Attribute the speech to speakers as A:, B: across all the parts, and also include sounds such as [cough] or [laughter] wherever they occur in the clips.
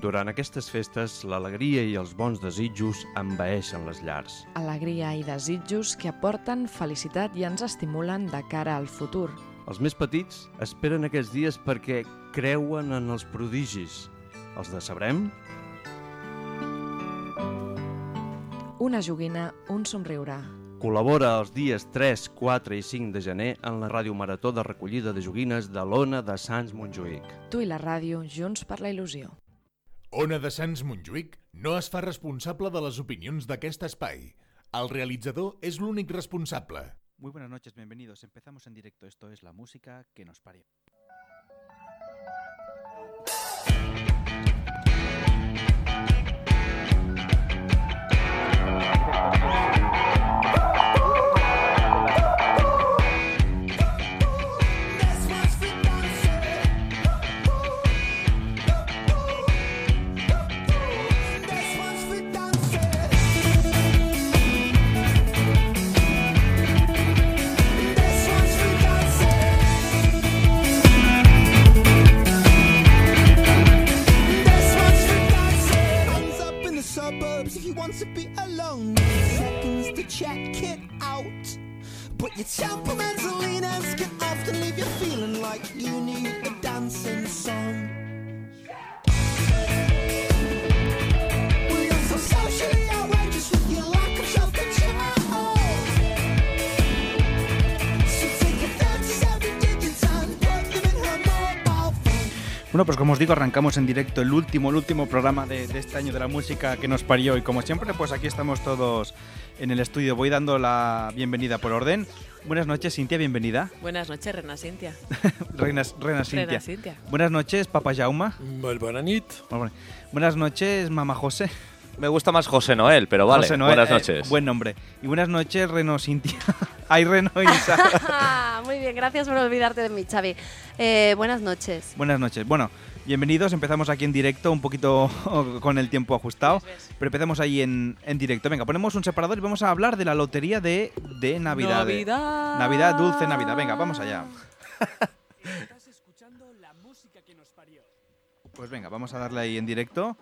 A: Durant aquestes festes, l'alegria i els bons desitjos envaeixen les llars.
B: Alegria i desitjos que aporten felicitat i ens estimulen de cara al futur.
A: Els més petits esperen aquests dies perquè creuen en els prodigis. Els decebrem?
B: Una joguina, un somriure.
A: Col·labora els dies 3, 4 i 5 de gener en la Ràdio Marató de recollida de joguines de l'Ona de Sants Montjuïc.
B: Tu i la ràdio, junts per la il·lusió.
C: Ona de Sants Montjuïc no es fa responsable de les opinions d'aquest espai. El realitzador és l'únic responsable.
D: Muy buenas noches, bienvenidos. Empezamos en directo. Esto es la música que nos pare.
E: If you want to be alone, seconds to check it out. But your temperamental leanings can often leave you feeling like you need a dancing song. Well, you're so socially outrageous with your lack of self control. So take your fancies out and digits and put them in her mobile phone.
D: Bueno, pues como os digo, arrancamos en directo el último, el último programa de, de este año de la música que nos parió. Y como siempre, pues aquí estamos todos en el estudio. Voy dando la bienvenida por orden. Buenas noches, Cintia, bienvenida. [laughs]
F: Buenas noches, Rena Cintia.
D: Reina, Reina Cintia.
F: Rena Cintia.
D: Buenas noches, Papa Jauma.
G: Molt bona nit.
D: Buenas noches, Mama José.
H: Me gusta más José Noel, pero vale.
D: José Noel,
H: Buenas
D: eh,
H: noches.
D: buen nombre. Y buenas noches, Reno Cintia. [laughs] Ay, Reno y Sa-
I: [laughs] Muy bien, gracias por olvidarte de mí, Xavi. Eh, buenas noches.
D: Buenas noches. Bueno, bienvenidos. Empezamos aquí en directo, un poquito [laughs] con el tiempo ajustado. Pero empezamos ahí en, en directo. Venga, ponemos un separador y vamos a hablar de la lotería de, de Navidad. eh.
F: Navidad.
D: Navidad, dulce Navidad. Venga, vamos allá. Pues venga, vamos a darle ahí en directo.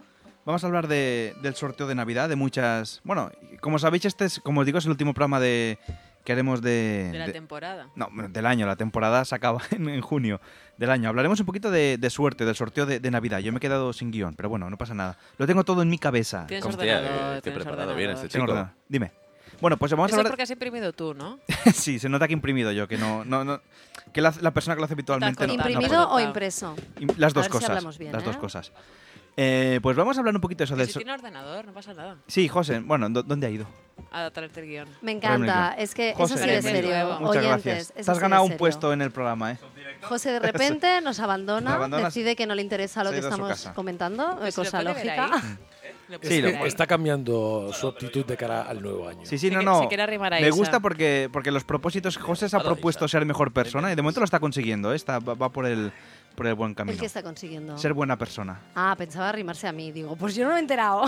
D: Vamos a hablar de- del sorteo de Navidad, de muchas... Bueno, como sabéis, este es, como os digo, es el último programa de, que haremos de...
F: De la
D: de-
F: temporada.
D: no, bueno, del año, la temporada se acaba [laughs] en, en junio del año. Hablaremos un poquito de, de suerte, del sorteo de, de Navidad. Yo me he quedado sin guión, pero bueno, no pasa nada. Lo tengo todo en mi cabeza.
F: Tienes
D: Como-
H: Hostia,
F: ordenador,
H: eh, qué
F: tienes
H: preparado
F: ordenador.
H: viene este
D: Tengo
H: chico.
D: ordenado. Dime. Bueno, pues vamos a
F: Eso es
D: hablar...
F: porque has imprimido tú, ¿no?
D: sí, se nota que he imprimido yo, que no... no, no que la, la persona que lo hace habitualmente...
F: Estás
D: no- no
F: contando.
I: ¿Imprimido
D: puede.
I: o impreso?
D: Im- Las dos
I: A ver si
D: cosas.
I: hablamos bien,
D: las
I: ¿eh?
D: dos cosas. Eh, pues vamos a hablar un poquito de eso.
F: Que
D: Del
F: si
D: so-
F: tiene ordenador, no pasa nada.
D: Sí, José, bueno, ¿dó- ¿dónde ha ido?
F: A traerte el guión.
I: Me
D: Remember
I: encanta,
D: Club.
I: es que
D: José,
I: Eh, eso sí es
F: Bienvenido.
I: serio.
F: Muchas
D: Muchas
I: Oyentes,
D: gracias.
I: eso
D: Te has
I: sí
D: ganado
I: es
D: un
I: serio.
D: puesto en el programa, ¿eh?
I: José de repente nos
D: Nos
I: abandona,
D: abandona,
I: decide que no le interesa lo
D: se ha
I: que
D: ido a su
I: estamos
D: casa.
I: comentando, eh,
F: Pues si lo
I: cosa
F: puede ver
I: lógica.
F: ahí. Lo puede
D: Mm. Sí,
F: ver
D: lo-
F: ahí.
G: Está cambiando su actitud de cara al nuevo año.
D: Sí, sí,
F: Se
D: no,
F: que-
D: no.
F: se quiere arrimar a
D: Me
F: Isa.
D: gusta porque, porque los propósitos. José se ha
H: Hola,
D: propuesto
H: Isa.
D: ser mejor persona y de momento lo está consiguiendo. ¿eh? Está, va, va por, el, por el buen
I: El
D: camino.
I: que está consiguiendo.
D: Ser buena persona.
I: Ah, pensaba arrimarse a mí. Digo, pues yo no me he enterado.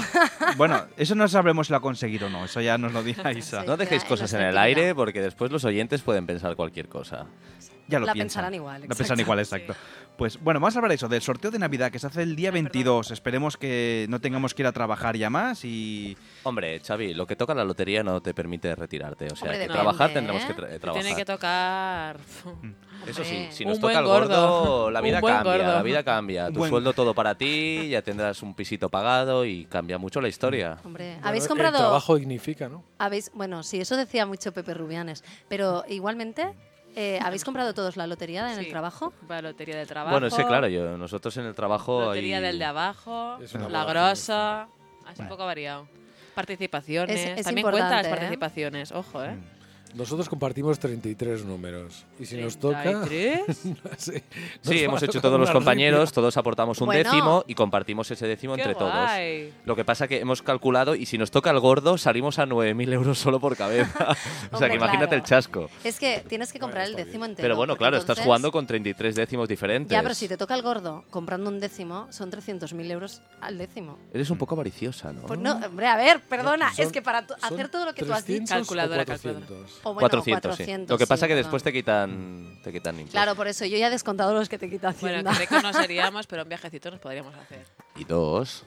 D: Bueno, eso no sabremos si lo ha conseguido o no. Eso ya nos lo
I: [laughs]
D: dirá Isa.
I: Sí.
H: No dejéis
F: eh,
I: Ya,
H: cosas
I: no
H: en
I: sé
H: el
I: qué
H: aire
I: dirá.
H: porque después los oyentes pueden pensar cualquier cosa.
D: Ya lo
I: La
D: piensan.
I: pensarán igual,
D: La pensarán
I: exacto.
D: igual, exacto. Pues bueno, vamos a hablar de eso, del sorteo de Navidad que se hace el día 22. Esperemos que no tengamos que ir a trabajar ya más y.
H: Hombre, Xavi, lo que toca la lotería no te permite retirarte. O sea,
I: Hombre,
H: que
I: depende,
H: trabajar
I: ¿eh?
H: tendremos que tra-
I: Te
F: Te
H: trabajar.
F: Tiene que tocar. [laughs]
D: Mm.
H: Eso sí,
I: Hombre.
H: si
F: Un
H: nos
F: buen
H: toca el gordo,
F: gordo.
H: la
F: Un
H: vida
F: buen
H: cambia.
F: gordo.
H: La vida cambia.
D: Un
H: Tu
D: buen-
H: sueldo todo para ti, ya tendrás un pisito pagado y cambia mucho la historia.
I: Hombre,
G: Bueno,
I: ¿habéis
G: El
I: comprado
G: trabajo dignifica, ¿no?
I: Habéis, bueno, sí, eso decía mucho Pepe Rubianes, pero igualmente, eh, ¿habéis comprado todos la lotería en
F: Sí.
I: el trabajo?
F: Va, lotería de trabajo.
H: Bueno, sí, claro, yo, nosotros en el trabajo.
F: Lotería
H: ahí-
F: del de abajo.
G: Es una
F: La
G: boda,
F: grosa. Así un
D: Vale.
F: poco variado. Participaciones.
I: Es- es
F: También cuentan las
I: importante, ¿eh?
F: participaciones. Ojo, ¿eh?
G: Nosotros compartimos 33 números. Y si nos toca. [laughs]
F: 33.
G: sí, nos
F: [laughs]
H: Sí, hemos
G: va a
H: hecho
G: dar
H: todos los
G: una
H: compañeros, todos aportamos un
I: Bueno.
H: décimo y compartimos ese décimo [laughs]
F: Qué
H: entre todos.
F: guay.
H: Lo que pasa que hemos calculado y si nos toca el gordo salimos a 9.000 euros solo por cabeza. [laughs] o sea,
I: Hombre,
H: que imagínate el
I: claro.
H: chasco.
I: Es que tienes que comprar
G: está
I: el décimo entero.
H: Pero bueno,
I: porque
H: claro, estás
I: entonces-
H: jugando con 33 décimos diferentes.
I: Ya, pero si te toca el gordo comprando un décimo, son 300.000 euros al décimo.
H: Eres un poco avariciosa, ¿no?
I: Pues no,
D: Ah.
I: hombre, a ver, perdona,
G: No,
D: pues
G: son-
I: es que para tu-
G: son
I: hacer todo lo que tú has dicho.
G: 300 o
F: Calculadora,
G: 400.
I: O bueno,
H: 400, sí. Lo que pasa
I: sí,
H: que
I: perdón.
H: después te quitan, te quitan impuestos.
I: Claro, por eso yo ya he descontado los que te quita
F: Bueno,
I: Hacienda.
F: que ricos no seríamos, pero un viajecito nos podríamos hacer.
H: Y dos.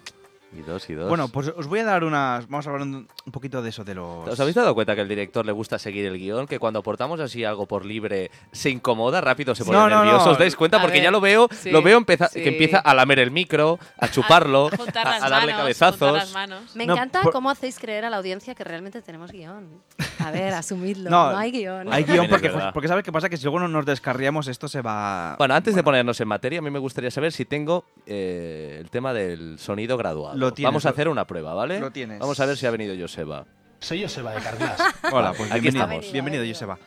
H: Y dos, y dos.
D: Bueno, pues os voy a dar unas. Vamos a hablar un, un poquito de eso, de los.
H: ¿Os habéis dado cuenta que al director le gusta seguir el guión? Que cuando aportamos así algo por libre se incomoda, rápido se pone
D: No, no, no.
H: nervioso. ¿Os dais cuenta?
F: A
H: Porque
F: ver,
H: ya lo veo,
F: sí,
H: lo veo empeza-
F: sí.
H: que empieza a lamer el micro,
F: [laughs]
H: a [laughs] chuparlo,
F: Juntar
H: a,
F: las
H: a darle
F: manos, juntar las
H: cabezazos.
F: manos.
I: Me
D: No,
I: encanta
D: por-
I: cómo hacéis creer a la audiencia que realmente tenemos guión.
D: [laughs]
I: A ver, asumidlo.
D: No,
I: No, hay guión.
D: Hay
H: También
D: guión
H: es
D: porque, pues,
H: verdad.
D: porque ¿sabes qué pasa? Que si luego no nos descarriamos, esto se va.
H: Bueno, antes de ponernos en materia, a mí me gustaría saber si tengo eh, el tema del sonido graduado.
D: Lo tienes,
H: Vamos a
D: lo-
H: hacer una prueba, ¿vale?
D: lo tienes.
H: Vamos a ver si ha venido Joseba.
J: Soy Joseba de Carglass.
D: Hola, pues
H: Aquí
D: bienvenido.
H: estamos.
D: Bienvenido, Joseba.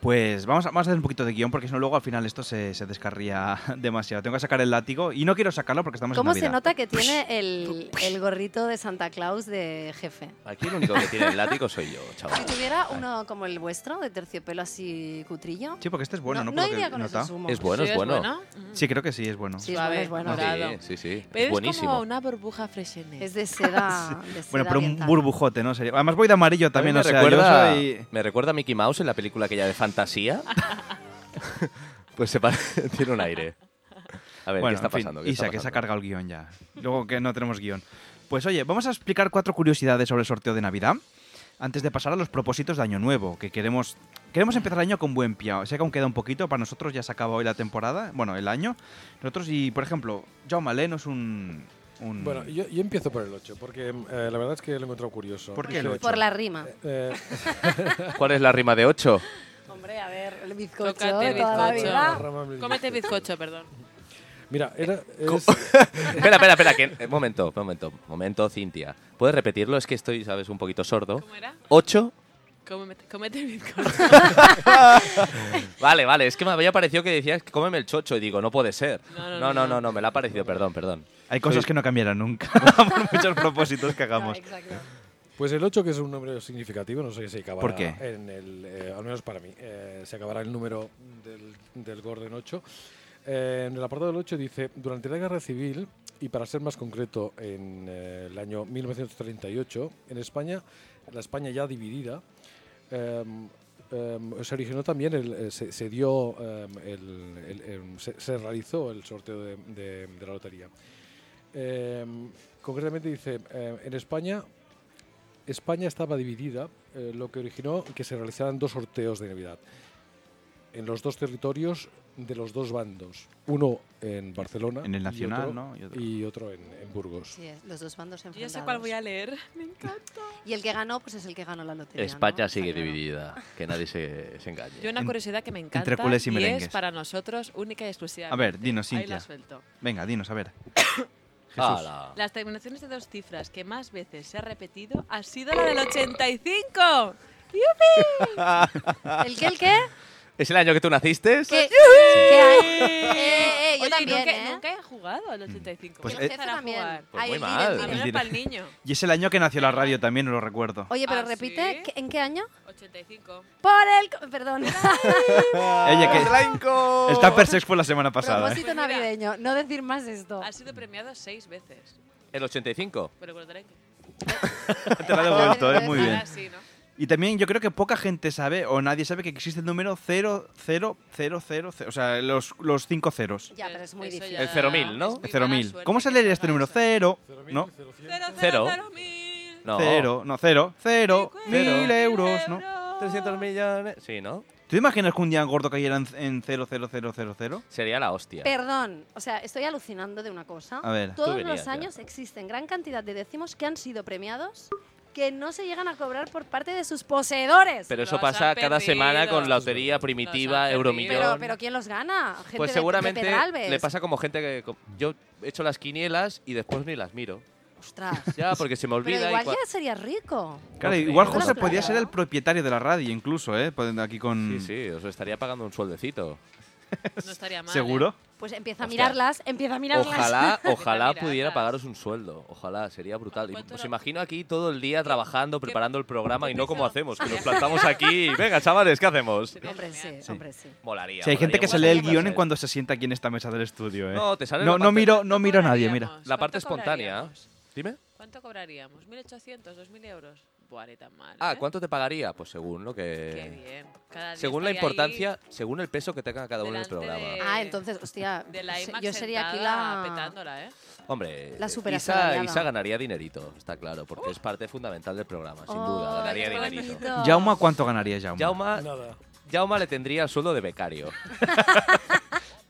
D: Pues vamos a, vamos a hacer un poquito de guión porque si no, luego al final esto se, se descarría [laughs] demasiado. Tengo que sacar el látigo y no quiero sacarlo porque estamos
I: ¿Cómo
D: en
I: se
D: Navidad.
I: nota que tiene el, el gorrito de Santa Claus de jefe?
H: Aquí el único que tiene el látigo soy yo, chaval.
F: [laughs]
I: Si tuviera uno como el vuestro, de terciopelo así cutrillo,
D: Sí, porque este es bueno, ¿no?
I: no,
D: Por lo que
I: iría con
D: he notado.
I: esos humos.
H: Es bueno,
F: Sí,
H: es bueno.
F: Mm.
D: Sí, creo que sí, es bueno.
I: Sí, es bueno,
F: Suave,
I: es bueno.
F: morado. dorado.
H: Sí, sí, sí.
F: Pero es,
H: buenísimo.
F: como una burbuja freshenet.
I: Es de
D: [laughs]
I: seda. de seda
D: Bueno, pero un
I: oriental.
D: burbujote, ¿no? Sería- Además voy de amarillo también,
H: A
D: o
H: mí me,
D: sea, yo
H: recuerda,
D: soy-
H: me recuerda a Mickey Mouse en la película aquella de
D: [laughs]
H: fantasía. pues se parece, [laughs] tiene un aire. A ver, ¿qué
D: Bueno,
H: está
D: en fin,
H: pasando? ¿Qué
D: Isa,
H: está
D: que se ha
H: pasando?
D: cargado el guión ya. Luego que no tenemos guión. Pues oye, vamos a explicar cuatro curiosidades sobre el sorteo de Navidad. Antes de pasar a los propósitos de Año Nuevo, que queremos, queremos empezar el año con buen pie. Sé que aún queda un poquito, para nosotros ya se acaba hoy la temporada, bueno, el año. Nosotros, y por ejemplo, Jaume Aleno es un. un-
G: Bueno, yo, yo empiezo por el 8, porque eh, la verdad es que lo he encontrado curioso.
D: ¿Por qué el
G: Dije,
D: ocho?
I: Por la rima.
G: eh,
H: ¿Cuál es la rima de 8?
I: Hombre, a ver, el bizcocho
F: Tócate
I: de
F: el
I: toda la
F: bizcocho.
G: la
I: vida.
G: rama me dice-
F: Cómete bizcocho, perdón.
G: Mira, era, es-
H: [laughs] espera, espera, espera. Que, eh, momento, momento, momento, Cintia. ¿Puedes repetirlo? Es que estoy, sabes, un poquito sordo.
F: ¿Cómo era?
H: 8.
F: Cómete, cómete
G: [laughs]
F: el bizcocho.
H: Vale, vale. Es que me había parecido que decías, cómeme el chocho. Y digo, no puede ser.
F: No,
H: no,
F: no, no,
H: no,
F: no.
H: no, me la ha parecido. Perdón, perdón.
D: Hay cosas que no cambiarán nunca, [laughs] por muchos propósitos que
I: No,
D: hagamos.
I: exacto.
G: pues el 8, que es un número significativo, no sé si acabará
D: ¿Por qué?
G: en el, eh, al menos para mí, eh, se acabará el número del, del Gordon 8. Eh, en el apartado del 8 dice, durante la Guerra Civil, y para ser más concreto, en eh, el año 1938, en España, la España ya dividida, em, em, se originó también, el, eh, se, se dio, em, el- el- em, se, se realizó el sorteo de, de- de la lotería. Em, concretamente dice, em, en España, España estaba dividida, eh, lo que originó que se realizaran dos sorteos de Navidad en los dos territorios de los dos bandos, uno en Barcelona
D: En el
G: y
D: Nacional,
G: otro-
D: ¿no? Y otro-
G: y otro en, en Burgos.
I: Sí, es- los dos bandos enfrentados.
F: Yo sé cuál voy a leer. Me encanta.
I: Y el que ganó, pues es el que ganó la lotería. ¿no?
H: España
I: Está
H: sigue
I: claro.
H: dividida. Que nadie se, se engañe.
F: Yo una
D: En-
F: curiosidad que me encanta
D: entre culés y
F: y,
D: merengues.
F: es para nosotros única y exclusiva.
D: A ver, dinos,
F: Ahí la
D: Cintia.
F: suelto.
D: Venga, dinos, a ver.
H: Hala.
F: Las terminaciones de dos cifras que más veces se ha repetido ha sido la del 85.
I: ¿El qué, el qué?
H: ¿Es el año que tú naciste?
I: ¿Qué, ¿Qué
F: [laughs]
I: hay? Eh, eh, yo
F: Oye,
I: también,
F: nunca,
I: ¿eh?
F: nunca he jugado al 85.
D: Pues,
F: Quiero
D: eh,
F: empezar a
I: Jefe
F: jugar.
H: Pues
I: Ay,
H: muy
I: el
H: mal.
I: líder, el
F: A
I: líder.
D: Mira.
F: menos para el niño.
D: Y es el año que nació la radio también, no lo recuerdo.
I: Oye, pero
F: ¿Ah,
I: repite,
F: sí?
I: ¿qué- ¿en qué año?
F: 85.
I: Por el... co-
F: [laughs]
I: Perdón.
D: Oye, que el Tupper Sex fue la semana pasada. ¿eh?
I: Propósito navideño, no decir más esto.
F: Ha sido premiado seis veces.
H: El 85.
F: Me lo recordaré que.
D: Te la he devuelto, ¿eh? muy
F: Ahora
D: bien.
F: sí, ¿no?
D: Y también yo creo que poca gente sabe o nadie sabe que existe el número 0000, o sea, los, los cinco ceros.
I: Ya, pero es muy
F: Eso ya
I: difícil.
H: El 0.000, ¿no?
F: es muy
D: El 0000.
F: mala suerte
D: ¿Cómo se
F: que
D: leería
F: salga
D: este número?
F: eso.
D: Cero, ¿no?
F: Cero,
H: Cero.
F: cero, cero, mil.
H: No.
D: Cero, no, cero, cero,
F: Cincuenta
D: mil
F: mil
D: euros, ¿no?
H: 300 millones. Sí, ¿no?
D: ¿Tú te imaginas que un día gordo cayera en- en 00000?
H: Sería la hostia.
I: Perdón, o sea, estoy alucinando de una cosa.
D: A ver.
I: Todos
H: Tú venías
I: los
H: ya.
I: años existen gran cantidad de décimos que han sido premiados que no se llegan a cobrar por parte de sus poseedores.
H: Pero eso
F: Los han
H: pasa cada
F: perdido.
H: semana con la lotería
F: Los
H: primitiva,
F: han
H: Euromillón.
I: pero, pero ¿quién los gana? Gente
H: pues
I: de-
H: seguramente
I: de Pedralbes.
H: le pasa como gente que co- yo echo las quinielas y después ni las miro. [laughs]
I: Ostras.
H: Ya, porque se me olvida.
I: pero
H: y
I: igual
H: cua-
I: ya sería rico.
D: Claro,
H: No,
D: igual
H: sí,
D: José
I: claro.
D: podía ser el propietario de la radio incluso, ¿eh? Poniendo Aquí con...
H: Sí, sí, os estaría pagando un sueldecito.
F: No estaría mal. ¿eh?
D: ¿Seguro?
I: Pues empieza a
H: Ostras.
I: mirarlas, empieza a mirarlas.
H: Ojalá, ojalá
F: [laughs] Mira,
H: pudiera
F: mira.
H: pagaros un sueldo. Ojalá, sería brutal. Y
F: ¿Cuánto
H: os
F: lo-
H: imagino aquí todo el día trabajando, preparando el programa y no
F: hizo?
H: como hacemos, que
F: [laughs]
H: nos plantamos aquí. y, Venga, chavales, ¿qué hacemos?
I: [laughs]
F: Sería
I: Hombre,
F: genial.
I: sí, hombre, sí.
H: Molaría.
D: Si hay gente
H: molaría
D: que se
H: mucho.
D: lee el
H: Puede
D: guión en
H: ser.
D: cuando se sienta aquí en esta mesa del estudio, ¿eh?
H: No, te sale
D: No,
H: la
D: no
H: parte-
D: miro, no
F: ¿Cuánto
D: miro a nadie, mira.
F: cobraríamos?
H: La parte
F: ¿Cuánto
H: espontánea.
F: cobraríamos?
H: Dime.
F: ¿Cuánto cobraríamos? ¿1.800, 2.000 euros? puntuaré tan mal.
H: Ah,
F: ¿eh?
H: ¿cuánto te pagaría? Pues según lo
F: Qué
H: que...
F: bien. Cada día
H: Según la
F: estaría ahí
H: importancia, según el peso que tenga cada uno en el
F: delante
H: programa.
F: de-
I: Ah, entonces, hostia,
F: Eh, De la
I: se-
F: IMAX
I: yo sería aquí
F: sentada
I: la...
F: petándola, ¿eh?
H: Hombre,
I: La
H: Isa,
I: superasalariada.
H: Isa ganaría dinerito, está claro, porque es parte fundamental del programa, sin duda,
I: Oh,
H: ganaría
I: qué
H: dinerito.
I: bonito.
D: Jauma, ¿cuánto ganaría Jauma?
H: Jauma,
G: Nada.
H: Jauma le tendría el sueldo de
D: [laughs]
H: becario.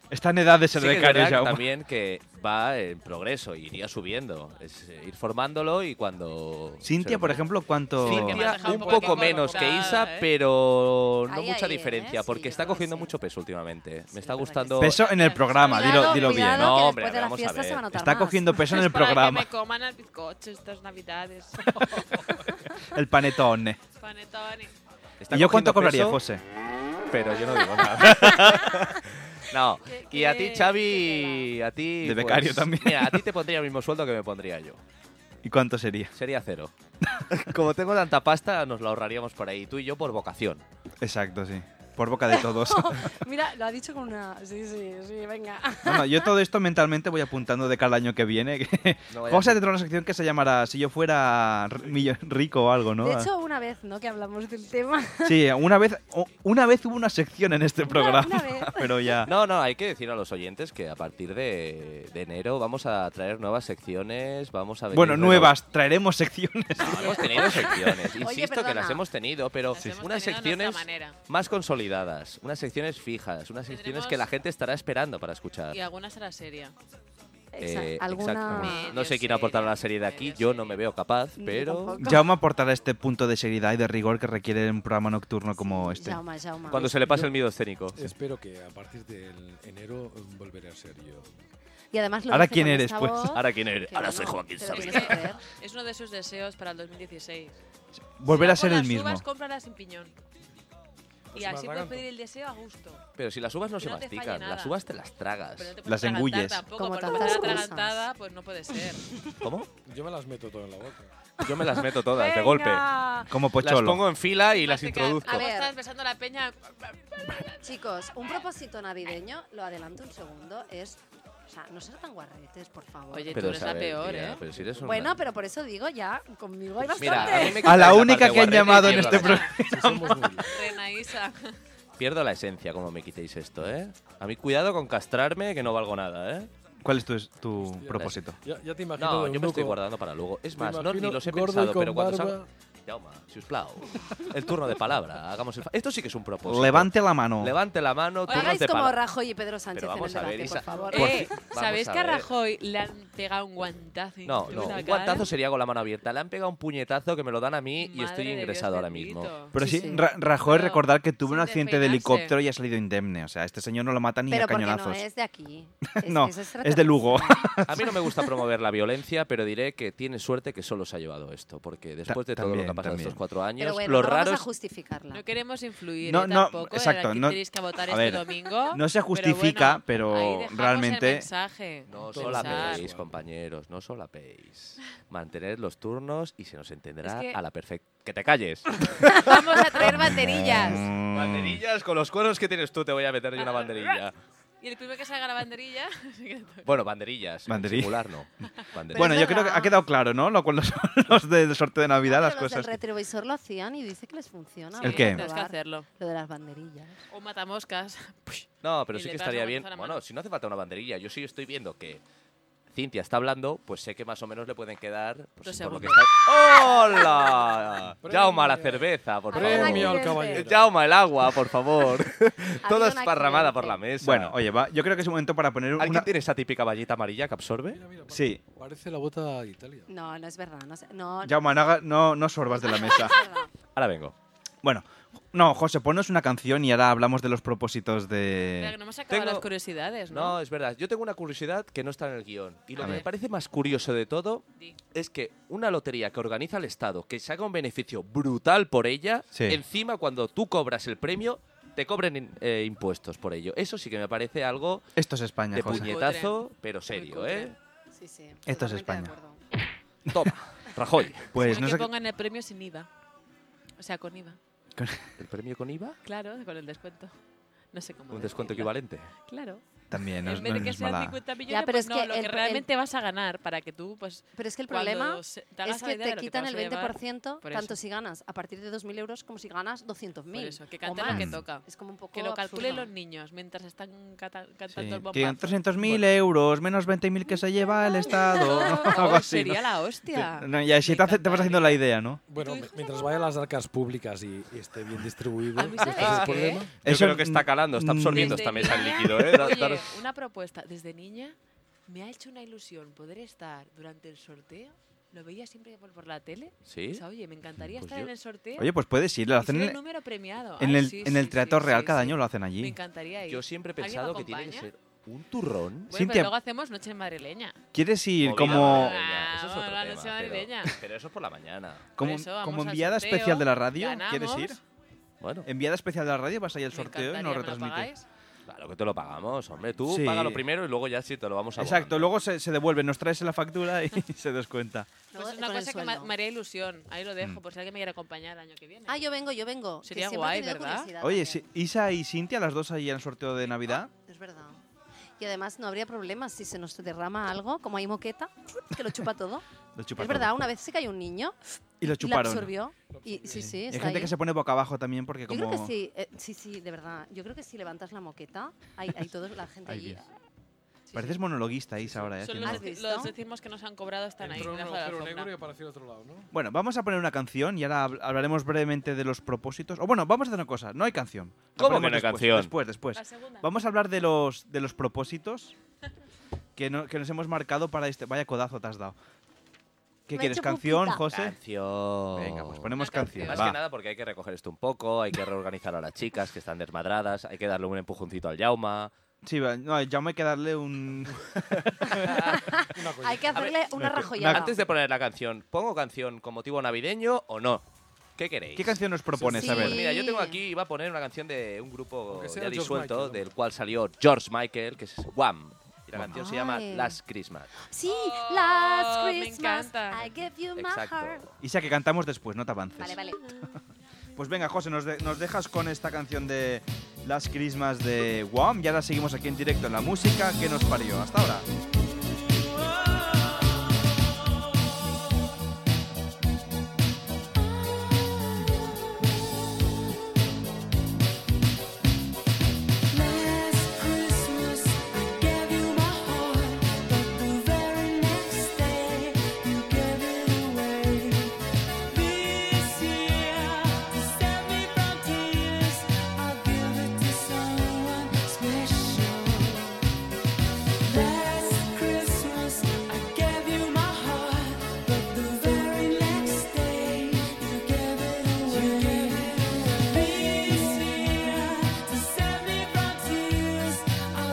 D: Está en edad de
H: Sí
D: ser
H: que es
D: becario
H: verdad
D: Jauma.
H: también que va en progreso, iría subiendo, es eh, ir formándolo y cuando...
D: Cintia, por ejemplo, ¿cuánto...?
F: que me has
H: Cintia,
F: dejado
H: un
F: un poco
H: poco menos que
F: colocada,
H: Isa,
F: ¿eh?
H: pero no
I: Ahí,
H: mucha
I: ahí, ¿eh?
H: diferencia,
I: Sí,
H: porque
I: yo
H: está
I: creo que
H: cogiendo
I: sí.
H: mucho peso últimamente.
I: Sí,
H: Me está
I: es verdad que
H: gustando...
I: sí.
D: Peso en el programa, dilo,
I: Cuidado,
D: dilo bien.
I: cuidado,
H: No,
I: que
H: hombre,
I: después de la
H: vamos a
I: fiesta se
H: ver.
I: van a notar
D: Está
I: más.
D: cogiendo peso en
I: [laughs]
F: Es
D: el
F: para
D: programa.
F: que me coman el bizcocho estas navidades. [laughs]
D: El panetone.
F: Panetone.
H: está
D: ¿Y
H: cogiendo
D: yo cuánto cobraría,
H: peso,
D: José?
H: Pero yo no digo nada.
D: [laughs]
H: no.
F: ¿Qué-
H: Y a ti,
F: qué- qué
H: Xavi, a ti... pues,
D: De becario también.
H: Mira, a ti te pondría el mismo sueldo que me pondría yo.
D: ¿Y cuánto sería?
H: Sería
D: [laughs]
H: cero. Como tengo tanta pasta, nos la ahorraríamos por ahí, tú y yo por vocación.
D: Exacto, sí. Por boca de
I: [laughs]
D: todos.
I: Mira, lo ha dicho con una... Sí, sí, sí, venga.
D: Bueno, yo todo esto mentalmente voy apuntando de cada año que viene. que-
H: No vaya
D: Vamos a
H: a ser.
D: tener una sección que se llamará Si yo fuera r- millo- rico o algo, ¿no? ah.
I: De hecho, una vez, ¿no? Que hablamos del tema.
D: Sí, una vez, o- una vez hubo una sección en este programa,
I: [laughs] una vez.
D: pero ya...
H: [laughs] No, no, hay que decir a los oyentes que a partir de, de enero vamos a traer nuevas secciones, vamos a venir
D: Bueno,
H: reno-
D: nuevas, traeremos secciones.
H: No, hemos tenido
F: [laughs]
H: secciones,
I: Oye,
H: insisto que las
I: perdona.
H: hemos tenido, pero
F: Las hemos
H: unas
F: tenido a
H: secciones
F: nuestra manera.
H: más consolidadas, unas secciones fijas, unas secciones
F: Tendremos-
H: que la gente estará esperando para escuchar.
F: Y alguna será seria.
I: Exacto.
H: Eh,
I: Alguna...
H: exacto. No sé quién
F: Medio
H: aportará la serie
F: serie,
H: de aquí,
F: medio
H: yo
F: serie.
H: no me veo capaz,
I: Yo
H: pero
I: tampoco.
D: Jaume aportará este punto de seriedad y de rigor que requiere un programa nocturno como este.
I: Jauma, Jauma.
H: cuando se le pase el miedo escénico.
G: Espero que a partir del enero mm, volveré a ser yo.
I: Y además lo
D: Ahora,
I: dice
D: ¿quién
I: con
D: eres,
I: esta
D: pues?
I: voz
H: Ahora quién eres,
I: que,
H: ahora
I: bueno,
H: soy Joaquín
I: te lo
H: Sabina.
I: tienes que creer.
F: Es uno de sus deseos para el 2016.
D: Volver a
F: Si no
D: ser
F: con
D: el
F: las
D: mismo.
F: uvas, cómpralas sin piñón.
G: Pues
F: Y así puedes
G: Barragán.
F: pedir el deseo a gusto.
H: Pero si las uvas no
F: Que
H: se
F: no te falle
H: mastican,
F: nada.
H: las uvas te las tragas.
F: Pero no te puedes
D: Las
F: atragantar
D: engulles.
F: Tampoco,
I: Como
F: porque
I: tantas
F: una
I: cosas.
F: atragantada, pues no puede ser.
H: ¿Cómo?
G: Yo me las meto todo en la boca.
H: Yo me las meto todas de
I: Venga.
H: golpe.
D: Como
F: Pues
H: Las
D: Pocholo.
H: pongo en fila y las
F: Masticar.
H: introduzco.
F: Ah, vos
I: A ver.
F: estás besando la peña.
I: Chicos, un propósito navideño, lo adelanto un segundo, es... O sea, no ser tan guarretes, por favor.
F: Oye, tú eres la
H: ¿sabes,
F: peor,
H: tía? pues,
F: ¿eh?
H: Pero si eres una-
I: Bueno, pero por eso digo ya, conmigo hay bastante.
H: Mira, a, mí me
D: A la
H: quitáis
D: única
H: parte
D: que han
H: guarrete y
D: llamado en
H: pierdo
D: este
H: la-
D: programa.
G: Si somos
F: [laughs]
G: muy listos.
F: Reina Isa.
H: Pierdo la esencia como me quitéis esto, ¿eh? A mí cuidado con castrarme, que no valgo nada, ¿eh?
D: ¿Cuál es tu, tu propósito? Pues
G: Ya, ya te imagino.
H: No,
G: de
H: yo me estoy
G: eunuco.
H: guardando para luego. Es
G: Te
H: más, no, ni
G: imagino
H: los he
G: gordo y
H: pensado,
G: con
H: pero cuando salga...
G: barba.
H: Jauma, siusplau. El turno de palabra, hagamos el... fa- Esto sí que es un propósito.
D: Levante la mano.
H: Levante la mano,
I: No
H: turnos
I: hagáis
H: de
I: como
H: palabra.
I: Rajoy y Pedro Sánchez
H: Pero
I: en el
H: vamos a
I: debate,
H: ver, Isa.
I: por favor.
H: Por
F: Eh,
H: fin, vamos
F: ¿Sabéis
H: a
F: que a
H: ver.
F: Rajoy le han pegado un guantazo?
H: No, no, un
I: ¿eh?
H: guantazo sería con la mano abierta. Le han pegado un puñetazo que me lo dan a mí y estoy ingresado ahora mismo.
D: Pero sí,
I: Sí, sí.
D: Ra- Rajoy
F: Pero
D: recordar que tuvo
F: sin
D: un accidente de
F: despeinarse.
D: helicóptero y ha salido indemne. O sea, este señor no lo mata ni a
I: Pero porque
D: cañonazos.
I: no es de aquí. Es,
D: No,
I: que
D: es de Lugo.
H: [laughs] A mí no me gusta promover la violencia, pero diré que tiene suerte que solo se ha llevado esto, porque después de todo lo que
D: también,
H: ha pasado
D: también.
H: estos cuatro
I: Pero
H: años,
I: bueno,
H: lo
I: no
H: raro
I: vamos a
H: es...
I: justificarla.
F: No queremos influir
D: No,
F: eh,
D: no,
F: tampoco,
D: exacto,
F: exacto,
D: no-
F: tenéis que votar
D: a
F: este
D: ver,
F: domingo.
D: no se
F: pero bueno,
D: justifica, pero
F: ahí dejamos el
D: realmente-
F: mensaje,
H: No
F: pensar.
H: solapéis, compañeros, no solapéis.
F: [laughs]
H: Mantener los turnos y se nos entenderá
F: Es que-
H: a la perfecta. ¡Que te calles!
I: Vamos a traer banderillas.
D: [laughs] Mm,
H: Banderillas, con los cuernos que tienes tú te voy a meter yo una
F: [laughs]
H: banderilla.
F: Y el primero que salga la banderilla. [laughs] se queda todo.
H: Bueno, banderillas. en
D: Banderilla.
H: singular
F: [laughs]
H: no. Banderillas.
D: Bueno,
I: es
D: yo creo que
I: verdad.
D: ha quedado claro, ¿no? Lo, con los, [laughs] los del sorteo de Navidad,
I: Pero
D: las
I: los del
D: cosas.
I: retrovisor lo hacían y dice que les funciona.
D: ¿El qué?
F: Tienes que hacerlo.
I: Lo de las banderillas.
F: O matamoscas.
H: No, pero
F: Y
H: sí
F: le
H: que
F: das
H: estaría
F: un
H: bien.
F: guantazo a la
H: Bueno,
F: mano.
H: si no hace falta una banderilla, yo sí estoy viendo que Cintia está hablando, pues sé que más o menos le pueden quedar. Pues,
F: Dos
H: por lo que
F: segundos.
H: está-
F: [laughs]
H: ¡Hola! Jauma, la cerveza, por
I: Premio
H: favor.
G: Premio al
I: Accidente.
G: caballero.
H: Jauma, el agua, por
F: [laughs]
H: favor. Todo
I: un
H: esparramada por la
I: accidente.
H: mesa.
D: Bueno, oye, va, yo creo que es un momento para poner
H: ¿Alguien
D: una...
H: tiene esa típica vallita amarilla que absorbe?
G: Mira, mira,
D: Sí.
G: Parece la bota de Italia.
I: No, no es verdad. No, sé- no,
D: Jaume, no, haga- no, no sorbas de la
I: [laughs]
D: mesa.
I: no es verdad.
H: Ahora vengo.
D: bueno, no, José, ponnos una canción y ahora hablamos de los propósitos
F: Pero que
D: de...
F: no hemos acabado
H: Tengo-
F: las curiosidades, ¿no?
H: No, es verdad. Yo tengo una curiosidad que no está en el guión. Y lo
D: A
H: que me
D: ver.
H: parece más curioso de todo
F: Di.
H: es que una lotería que organiza el Estado, que saca un beneficio brutal por ella,
D: Sí.
H: encima cuando tú cobras el premio, te cobren in- eh, impuestos por ello. Eso sí que me parece algo
D: Esto es España,
H: de
D: José.
H: puñetazo, pero serio,
F: cutre.
H: ¿eh?
I: Sí, sí,
D: Esto es
I: totalmente de
D: España.
I: acuerdo.
H: Toma, Rajoy.
D: Pues
F: Bueno,
D: no
F: que
D: sé... qué-
F: pongan el premio sin IVA. O sea, con IVA.
H: ¿El premio con IVA?
F: Claro, con el descuento. No sé cómo.
H: Un descuento
F: decirlo.
H: equivalente.
F: Claro.
D: También, no, es-
F: en vez de
D: no
F: que
D: es
F: sean
D: mala.
F: 50 millones,
I: pero
F: pues
I: es
F: no,
I: que
F: lo que
I: el- el-
F: realmente vas a ganar para que tú, pues,
I: Pero es que el
F: cuando
I: problema
F: se- te hagas
I: es
F: la
I: que
F: idea
I: te
F: de lo que
I: quitan
F: vas
I: el
F: a llevar.
I: 20%
F: Por
I: tanto
F: eso.
I: si ganas a partir de 2.000 euros como si ganas 200.000.
F: Por eso, que
I: o
F: cante lo que
I: más.
F: toca.
I: Es como un poco
F: Que lo calculen
I: absurdo.
F: los niños mientras están cata-
D: Sí,
F: cantando el bombazo.
D: que 300.000 euros menos 20.000 que se lleva
F: [laughs]
D: el Estado. [laughs] Algo
F: Oh,
D: así,
F: sería
D: ¿no?
F: la hostia.
D: No, y así
F: Me
D: te, hace- te vas
F: encantaría.
D: haciendo la idea, ¿no?
G: Bueno,
F: ¿Tu
G: mi-
F: hijo
G: mientras vayan las arcas públicas y, y esté bien distribuido,
F: A mí,
G: pues ese es el
F: ¿sabes qué?
G: problema.
H: Yo
D: Eso-
H: creo que está calando, está
D: mm,
H: absorbiendo
F: Desde
H: esta mesa el
F: niña-
H: líquido, ¿eh? Da-
F: Oye,
H: daros-
F: una propuesta. Desde niña me ha hecho una ilusión poder estar durante el sorteo. Lo veía siempre por, por la tele. O
H: ¿Sí?
F: sea, oye, me encantaría
H: Pues
F: estar
H: yo-
F: en el sorteo.
D: Oye, pues puedes ir, lo
F: y ser
D: hacen
F: el
D: en,
F: número premiado.
D: en
F: Ay,
D: el,
F: sí,
D: en el
F: sí,
D: Teatro
F: sí,
D: Real,
F: sí,
D: cada
F: sí.
D: año lo hacen
F: Me
D: allí.
F: encantaría ir.
H: Yo siempre he
F: ¿Alguien
H: pensado
F: me
H: que tiene que
F: acompaña?
H: ser un turrón.
F: Bueno,
D: Cintia-
F: pero luego hacemos noche madrileña.
D: ¿Quieres ir
H: Movida
D: como,
H: madrileña, Eso es
F: Vamos,
H: otro
F: la
H: tema,
F: noche
H: pero-
F: madrileña.
H: [laughs] Pero, eso es por la mañana.
D: como,
F: eso vamos
D: como
F: al
D: enviada
F: sorteo,
D: especial de la radio? ¿Quieres
F: ganamos.
D: ir?
H: Bueno,
D: Enviada especial de la radio, vas ahí al
F: Me
D: sorteo y
F: encantaría,
D: nos
F: ¿me lo
D: retransmites.
F: pagáis? Pues
H: claro que te lo pagamos, hombre. Tú
D: Sí.
H: págalo primero y luego ya sí te lo vamos a
D: Exacto, luego se, se devuelve, nos traes la factura y [laughs] se descuenta.
I: Luego,
F: Pues es una
I: con el
F: cosa que ma-
I: sueldo.
F: me haría ilusión. Ahí lo
D: Mm.
F: dejo, por si alguien me quiere acompañar el año que viene.
I: Ah, yo vengo, yo vengo. que
F: Sería
I: siempre he
F: guay,
I: tenido
F: ¿verdad?
I: curiosidad
D: Oye,
I: también. Ah,
D: si- Isa y Cintia, las dos ahí en el sorteo de Navidad.
I: Es verdad. Y además no habría problemas si se nos derrama algo, como hay moqueta, que lo chupa todo.
D: Lo chupa
I: es
D: todo.
I: verdad, una vez se cayó un niño
D: Y lo
I: y la
D: chuparon.
I: absorbió. Y, sí, sí,
D: Y hay
I: está
D: gente
I: ahí.
D: que se pone boca abajo también porque
I: Yo
D: como...
I: creo que sí, eh, sí, sí, de verdad. Yo creo que si levantas la moqueta, hay, hay toda la gente
D: Ay,
I: allí.
D: Dios. Pareces monologuista, Isa, ahora. ¿eh?
F: Son
D: Haciendo-
F: los,
I: ¿Has
F: deci-
I: visto?
F: los decimos que nos han cobrado están ahí.
G: Entró
F: en la
G: un
F: sala de
G: agujero
F: alfombra.
G: negro y apareció de otro lado, ¿no?
D: Bueno, vamos a poner una canción y ahora habl- hablaremos brevemente de los propósitos. O bueno, vamos a hacer una cosa, no hay canción. La
H: ¿Cómo que
D: ponemos
H: no hay
D: después,
H: canción?
D: Después, después.
F: La segunda.
D: Pues Vamos a hablar de los, de los propósitos que, no- que nos hemos marcado para este... Vaya codazo te has dado. ¿Qué
I: Me he
D: quieres,
I: hecho
D: canción,
I: pupita.
D: José?
H: Canción.
D: Venga, pues ponemos
F: Una canción.
D: canción.
H: Más
D: va.
H: que nada porque hay que recoger esto un poco, hay que reorganizar a las chicas que están desmadradas, hay que darle un empujoncito al Yauma.
D: Sí, va, no, ya me hay que darle un...
I: Hay que hacerle una rajoyada.
H: Antes de poner la canción, ¿pongo canción con motivo navideño o no? ¿Qué queréis?
D: ¿Qué canción nos propones?
I: Sí.
D: A
H: Pues
D: ver.
H: mira, yo tengo aquí, iba a poner una canción de un grupo
G: Aunque sea
H: ya
G: George
H: disuelto,
G: Michael, hombre.
H: del cual salió George Michael, que es Wham. Y la canción se llama
I: Ay.
H: Last Christmas.
I: Sí, last
F: Oh, me
I: Christmas,
F: encanta.
I: I give you my heart.
H: Exacto.
D: Isa, que cantamos después, no te avances.
I: Vale, vale.
D: Pues venga, José, nos, de- nos dejas con esta canción de Las Crismas de WAM y ahora seguimos aquí en directo en la música que nos parió. Hasta ahora.
J: Last Christmas I gave you my heart, but the very next day you gave it away. This year to save me from tears, I'll give it to someone special. Last Oh,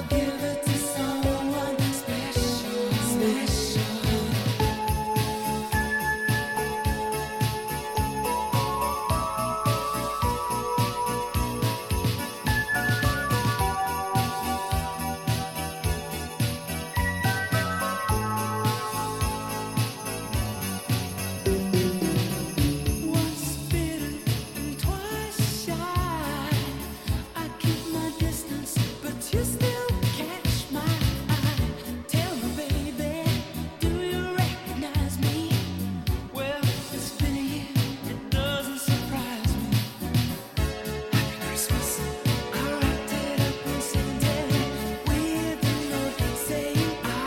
J: oh,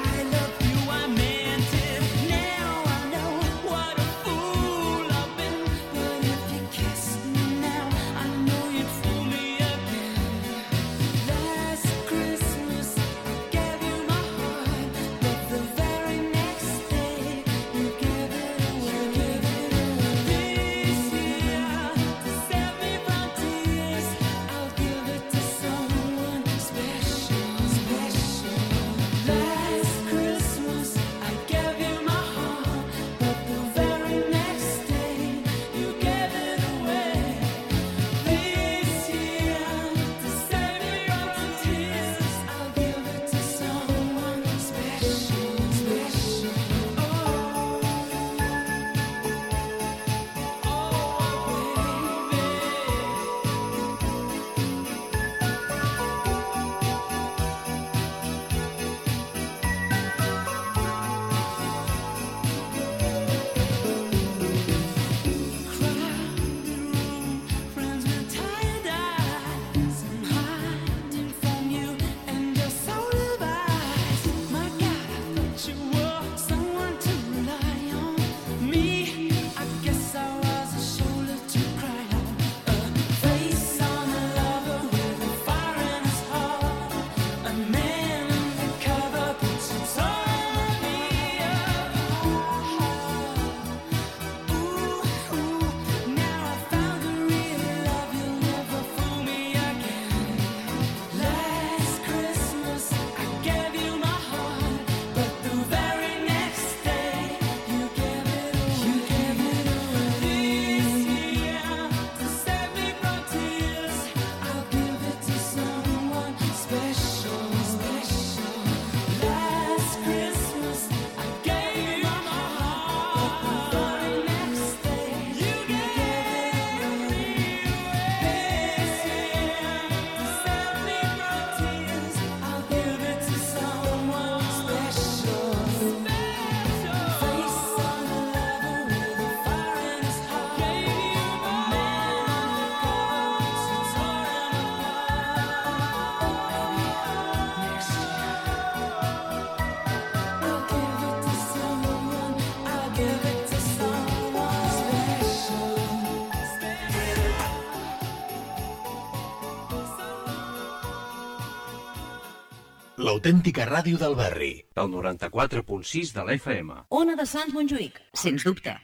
C: l'autèntica ràdio del barri.
A: El 94.6 de la FM.
K: Ona de Sants Montjuïc, sens dubte.